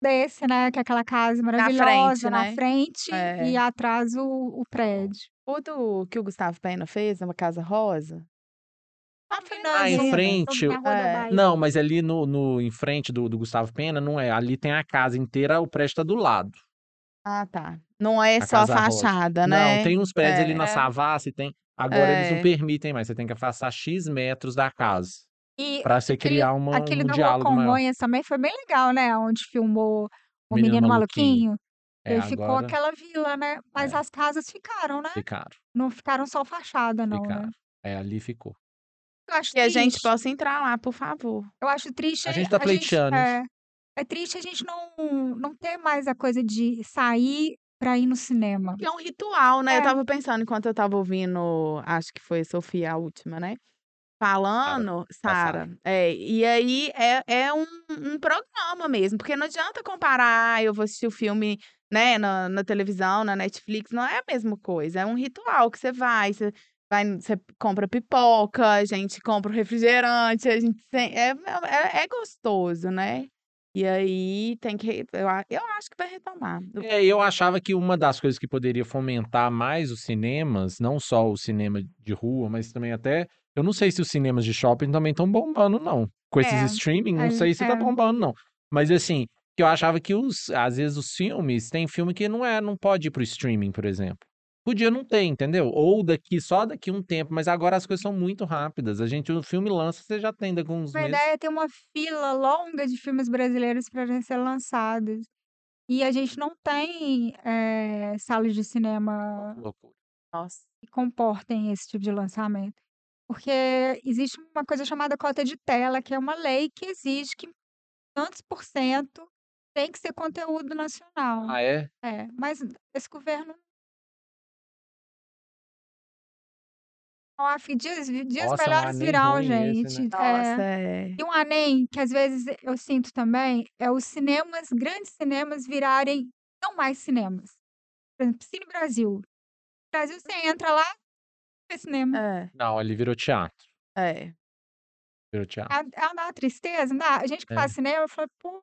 Speaker 5: desse, né? Que é aquela casa
Speaker 4: Na frente,
Speaker 5: maravilhosa na
Speaker 4: né?
Speaker 5: frente e
Speaker 4: É.
Speaker 5: atrás o, o prédio.
Speaker 4: O do- que o Gustavo Pena fez, é uma casa rosa. Na
Speaker 5: Não vi,
Speaker 4: frente
Speaker 5: não,
Speaker 3: Ah, em
Speaker 4: ali, né?
Speaker 5: gente. Eu
Speaker 3: frente.
Speaker 5: vi na Rua da
Speaker 4: É.
Speaker 5: Bahia.
Speaker 3: Não, mas ali no, no- em frente do, do Gustavo Pena, não é. Ali tem a casa inteira, o prédio tá do lado.
Speaker 4: Ah, tá. Não é
Speaker 3: A
Speaker 4: só a
Speaker 3: Casa Rosa.
Speaker 4: fachada,
Speaker 3: Não,
Speaker 4: né?
Speaker 3: tem uns prédios ali na
Speaker 4: É,
Speaker 5: Tá, É.
Speaker 3: Savassi, tem. Agora eles não
Speaker 4: é.
Speaker 3: permitem mais, você tem que afastar X metros da casa
Speaker 5: E
Speaker 3: Pra você
Speaker 5: aquele,
Speaker 3: criar uma-
Speaker 5: aquele
Speaker 3: um
Speaker 5: da Rua
Speaker 3: diálogo maior.
Speaker 5: Congonhas também foi bem legal, né? Onde filmou o
Speaker 3: Menino
Speaker 5: Menino
Speaker 3: maluquinho.
Speaker 5: Maluquinho. E
Speaker 3: É,
Speaker 5: aí ficou
Speaker 3: agora
Speaker 5: aquela vila, né? Mas
Speaker 3: é,
Speaker 5: as casas ficaram, né?
Speaker 3: ficaram,
Speaker 5: Não ficaram só fachada, não, né?
Speaker 3: ficaram. É, ali ficou.
Speaker 5: Eu acho
Speaker 4: Que a gente
Speaker 5: triste.
Speaker 4: possa entrar lá, por favor.
Speaker 5: Eu acho triste
Speaker 3: A gente tá
Speaker 5: a gente.
Speaker 3: pleiteando isso.
Speaker 5: É, é triste a gente não, não ter mais a coisa de sair pra ir no cinema.
Speaker 4: Que é um ritual, né? Eu
Speaker 5: É,
Speaker 4: tava pensando enquanto eu tava ouvindo, acho que foi a Sofia a última, né?
Speaker 3: Cara,
Speaker 4: Falando,
Speaker 3: da Tá, Sara.
Speaker 4: Sara, é, e aí é, é um, um programa mesmo, porque não adianta comparar, ah, eu vou assistir o filme, né, na, na televisão, na Netflix, não é a mesma coisa, é um ritual que você vai, você vai, você compra pipoca, a gente compra o refrigerante, a gente tem- é, é, é gostoso, né? E aí tem que, re- eu, a- eu acho que vai retomar.
Speaker 3: É, eu achava que uma das coisas que poderia fomentar mais os cinemas, não só o cinema de rua, mas também até. Eu não sei se os cinemas de shopping também estão bombando, não. Com esses
Speaker 5: é,
Speaker 3: streaming, não
Speaker 5: ali-
Speaker 3: sei se tá
Speaker 5: é.
Speaker 3: bombando, não. Mas assim, que eu achava que os, às vezes os filmes, tem filme que não é, não pode ir pro streaming, por exemplo. Podia não ter, entendeu? Ou daqui, só daqui um tempo, mas agora as coisas são muito rápidas. A gente, o filme lança, você já tem daqui uns
Speaker 5: A
Speaker 3: meses.
Speaker 5: ideia é ter uma fila longa de filmes brasileiros para ser lançados. E a gente não tem é, salas de cinema
Speaker 3: Loucura.
Speaker 4: Nossa.
Speaker 5: que comportem esse tipo de lançamento. Porque existe uma coisa chamada cota de tela, que é uma lei que exige que tantos por cento tem que ser conteúdo nacional.
Speaker 3: Ah, é?
Speaker 5: É, mas esse governo. Ó, fi- dias, vi- dias
Speaker 3: Nossa, um
Speaker 5: melhores
Speaker 3: Enem
Speaker 5: virão,
Speaker 3: ruim esse, né?
Speaker 5: gente.
Speaker 4: Nossa,
Speaker 5: É.
Speaker 4: é.
Speaker 5: E um Enem, que às vezes eu sinto também, é os cinemas, grandes cinemas, virarem não mais cinemas. Por exemplo, Cine Brasil. No Brasil, você entra lá, é cinema.
Speaker 4: É,
Speaker 3: Não, ele virou teatro.
Speaker 4: é.
Speaker 3: Virou teatro.
Speaker 5: É, é uma tristeza, não dá? A gente que
Speaker 3: É.
Speaker 5: faz cinema fala, pô,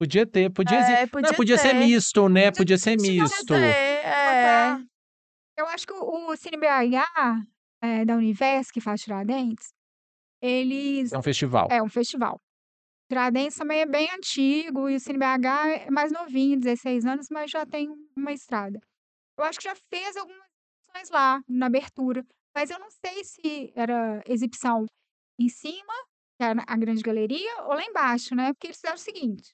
Speaker 3: Podia ter, podia, exi-
Speaker 4: É,
Speaker 3: não,
Speaker 4: podia
Speaker 3: podia ser
Speaker 4: ter.
Speaker 3: misto, né?
Speaker 5: Podia-
Speaker 3: Podia ser
Speaker 5: podia
Speaker 3: misto.
Speaker 4: É, é.
Speaker 5: botar. tá, Eu acho que o, o Cine BH, é, da Univers, que faz Tiradentes, eles.
Speaker 3: É um festival.
Speaker 5: É um festival. Tiradentes também é bem antigo e o Cine BH é mais novinho, 16 anos, mas já tem uma estrada. Eu acho que já fez algumas edições lá, na abertura, mas eu não sei se era exibição em cima, que era a grande galeria, ou lá embaixo, né? Porque eles fizeram o seguinte: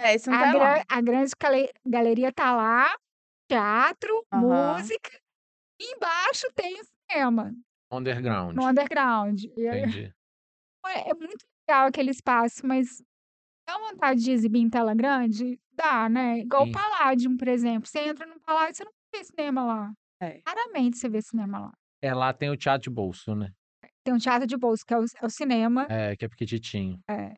Speaker 4: É, isso não
Speaker 5: a,
Speaker 4: tá lá.
Speaker 5: gra- a grande gale- galeria tá lá, teatro,
Speaker 4: Aham.
Speaker 5: música, e embaixo tem o cinema,
Speaker 3: Underground.
Speaker 5: no underground. E aí-
Speaker 3: Entendi.
Speaker 5: é é muito legal aquele espaço, mas dá vontade de exibir em tela grande? Dá, né? Igual o
Speaker 3: Sim.
Speaker 5: Paládio, por exemplo. Você entra no Paládio, você não vê cinema lá.
Speaker 4: É.
Speaker 5: Raramente você vê cinema lá.
Speaker 3: É, lá tem o teatro de bolso, né?
Speaker 5: Tem um teatro de bolso, que é o, é o cinema.
Speaker 3: É, que é pequititinho.
Speaker 5: É.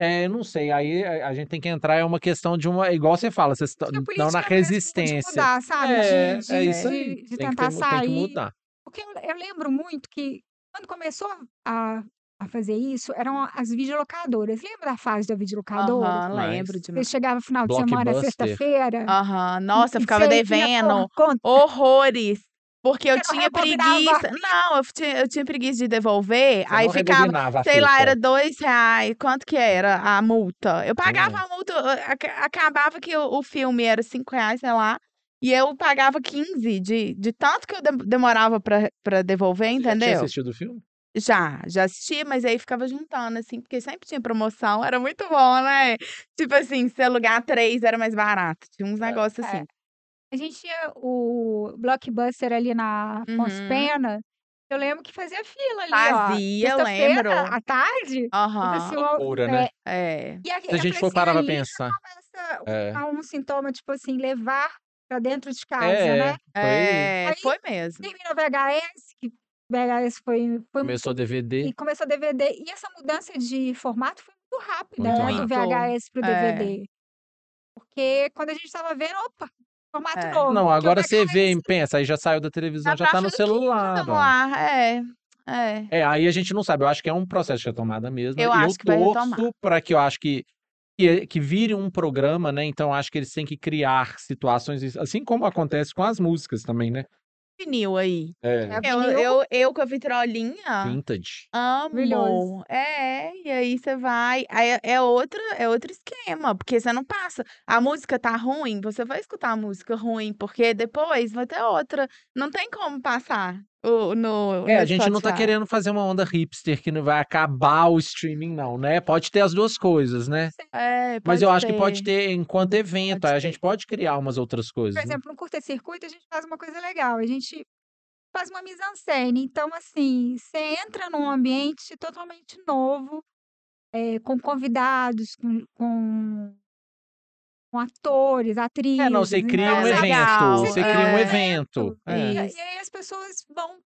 Speaker 3: É, eu não sei. Aí a, a gente tem que entrar, é uma questão de uma. Igual você fala, vocês
Speaker 5: Acho que a
Speaker 3: estão na
Speaker 5: política mesmo é tipo de
Speaker 3: resistência.
Speaker 5: mudar, sabe?
Speaker 3: É,
Speaker 5: de,
Speaker 3: é
Speaker 5: de-
Speaker 3: isso aí.
Speaker 5: de- de
Speaker 3: Tem que,
Speaker 5: tentar
Speaker 3: ter mu- tem que
Speaker 5: sair.
Speaker 3: mudar.
Speaker 5: Porque eu, eu lembro muito que quando começou a, a fazer isso, eram as videolocadoras. Lembra da fase da videolocadora?
Speaker 4: Aham, lembro
Speaker 3: Mas-
Speaker 5: Você
Speaker 4: demais.
Speaker 5: chegava final de semana,
Speaker 3: Blockbuster.
Speaker 5: sexta-feira,
Speaker 4: Aham,
Speaker 5: e,
Speaker 4: nossa, eu
Speaker 5: e
Speaker 4: ficava
Speaker 5: você vinha
Speaker 4: devendo
Speaker 5: por conta,
Speaker 4: horrores. Porque eu
Speaker 5: você não
Speaker 4: tinha
Speaker 5: rebobinava.
Speaker 4: preguiça. Não, eu tinha, eu tinha preguiça de devolver.
Speaker 3: Você
Speaker 4: Aí
Speaker 3: não
Speaker 4: ficava,
Speaker 3: rebobinava a
Speaker 4: sei lá,
Speaker 3: fita.
Speaker 4: era dois reais. Quanto que era a multa? Eu
Speaker 3: Nem
Speaker 4: pagava
Speaker 3: lembro.
Speaker 4: a multa, eu- aca- acabava que o, o filme era cinco reais, sei lá. E eu pagava 15 de, de tanto que eu dem- demorava pra, pra devolver,
Speaker 3: Você já tinha
Speaker 4: entendeu?
Speaker 3: assistido o filme?
Speaker 4: Já, já assistia, mas aí ficava juntando, assim, porque sempre tinha promoção, era muito bom, né? Tipo assim, se alugar três era mais barato, tinha uns
Speaker 3: É.
Speaker 4: negócios
Speaker 5: É.
Speaker 4: assim.
Speaker 5: A gente tinha o Blockbuster ali na Afonso
Speaker 4: Uhum.
Speaker 5: Pena. Eu lembro que fazia fila ali, ó.
Speaker 4: Fazia, eu
Speaker 5: Sexta-feira,
Speaker 4: lembro. Ah.
Speaker 5: à tarde, o
Speaker 4: Aham,
Speaker 5: pessoal.
Speaker 3: Loucura, né?
Speaker 5: é,
Speaker 4: é.
Speaker 5: e a-
Speaker 3: Se a
Speaker 5: eu
Speaker 3: gente
Speaker 5: falei
Speaker 3: for
Speaker 5: assim,
Speaker 3: parar pra
Speaker 5: ali já
Speaker 3: pensar.
Speaker 5: começa
Speaker 3: É,
Speaker 5: a um sintoma, tipo assim, levar pra dentro de casa,
Speaker 3: é,
Speaker 5: né?
Speaker 3: é, foi.
Speaker 4: É,
Speaker 5: Aí
Speaker 4: foi mesmo.
Speaker 5: termina o VHS, que VHS foi, foi muito.
Speaker 3: Começou DVD.
Speaker 5: E começou DVD. E essa mudança de formato foi muito rápida,
Speaker 3: Muito
Speaker 5: né? Do
Speaker 3: rápido.
Speaker 5: VHS pro
Speaker 4: É.
Speaker 5: DVD. Porque quando a gente estava vendo, opa, formato
Speaker 4: É.
Speaker 5: novo.
Speaker 3: Não,
Speaker 5: Porque o é
Speaker 3: agora você vê,
Speaker 5: VHS.
Speaker 3: e pensa, aí já saiu da televisão,
Speaker 4: Na
Speaker 3: já tá
Speaker 4: prática
Speaker 3: no
Speaker 4: do que no
Speaker 3: celular, ó.
Speaker 4: celular, é. É.
Speaker 3: É, aí a gente não sabe. Eu acho que é um processo de retomada mesmo.
Speaker 4: Eu
Speaker 3: E eu
Speaker 4: acho que vai retomar.
Speaker 3: torço para que eu acho que, que, que vire um programa, né? Então eu acho que eles têm que criar situações, assim como acontece com as músicas também, né?
Speaker 4: Vinil aí.
Speaker 5: É
Speaker 3: É.
Speaker 4: Eu,
Speaker 5: vinil,
Speaker 4: eu, eu com a vitrolinha
Speaker 3: Vintage.
Speaker 5: maravilhoso.
Speaker 4: amo. É, e aí você vai. Aí é, é outro, é outro esquema, porque você não passa. A música tá ruim, você vai escutar a música ruim, porque depois vai ter outra. Não tem como passar o, no,
Speaker 3: É, a
Speaker 4: no
Speaker 3: gente não tá
Speaker 4: Spotify.
Speaker 3: querendo fazer uma onda hipster que não vai acabar o streaming, não, né? Pode ter as duas coisas, né?
Speaker 4: É,
Speaker 3: Mas
Speaker 4: pode
Speaker 3: eu acho que
Speaker 4: ter.
Speaker 3: pode ter enquanto evento.
Speaker 4: Pode
Speaker 3: Aí a
Speaker 4: ter.
Speaker 3: gente pode criar umas outras
Speaker 5: Por
Speaker 3: coisas, né?
Speaker 5: exemplo, no curta-circuito, a gente faz uma coisa legal. A gente faz uma mise-en-scène. Então, assim, você entra num ambiente totalmente novo, eh, com convidados, com, com- com atores,
Speaker 3: É, não,
Speaker 5: atrizes.
Speaker 3: você cria
Speaker 5: Então,
Speaker 4: É
Speaker 3: um
Speaker 5: você,
Speaker 3: evento.
Speaker 4: legal.
Speaker 5: você
Speaker 3: Você
Speaker 5: cria
Speaker 3: cria
Speaker 5: um
Speaker 3: um
Speaker 4: É.
Speaker 3: evento.
Speaker 5: evento.
Speaker 3: É,
Speaker 5: E, a-
Speaker 4: Isso.
Speaker 5: e aí as pessoas vão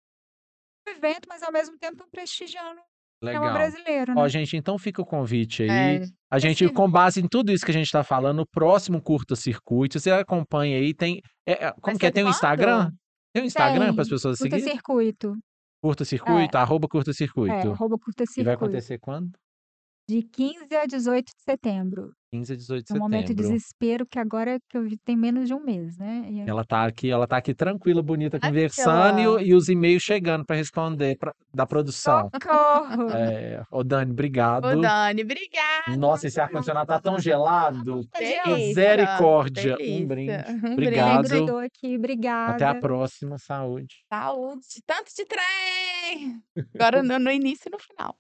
Speaker 5: pro evento, mas ao mesmo tempo estão prestigiando o cinema
Speaker 3: legal.
Speaker 5: brasileiro, né?
Speaker 3: Ó, gente, então fica o convite aí.
Speaker 4: É.
Speaker 3: A gente,
Speaker 5: Esse-
Speaker 3: com base em tudo isso que a gente tá falando, o próximo curta-circuito, você acompanha aí, tem. é, é,
Speaker 4: Vai
Speaker 3: como que é?
Speaker 4: ser
Speaker 3: Tem um Instagram?
Speaker 4: quando?
Speaker 3: Tem um Instagram para as
Speaker 5: Tem
Speaker 3: pessoas seguirem?
Speaker 5: curta-circuito. É,
Speaker 3: Curta-circuito, arroba
Speaker 5: é,
Speaker 3: curta-circuito.
Speaker 5: arroba
Speaker 3: E vai
Speaker 5: curta-circuito.
Speaker 3: acontecer quando?
Speaker 5: De 15 a 18 de setembro.
Speaker 3: 15 a 18 de
Speaker 5: É um momento de
Speaker 3: setembro.
Speaker 5: desespero que agora é que eu vi tem menos de um mês, né? E é-
Speaker 3: Ela tá aqui, ela tá aqui tranquila, bonita, conversando e,
Speaker 4: Aquela.
Speaker 3: o- e os e-mails chegando para responder pra- da produção.
Speaker 5: Socorro!
Speaker 3: É, ô Dani,
Speaker 4: Ô,
Speaker 3: obrigado.
Speaker 4: Dani, obrigada.
Speaker 3: Nossa, esse ar-condicionado tá tão gelado.
Speaker 5: Tá gelado.
Speaker 3: Misericórdia. Um
Speaker 4: É delícia.
Speaker 3: brinde.
Speaker 4: Um
Speaker 5: Até
Speaker 3: É, Obrigado.
Speaker 4: brinde.
Speaker 5: grudou aqui,
Speaker 3: Até a
Speaker 5: obrigada.
Speaker 3: próxima. Saúde.
Speaker 4: Saúde. Tanto de trem. Agora no, no início e no final.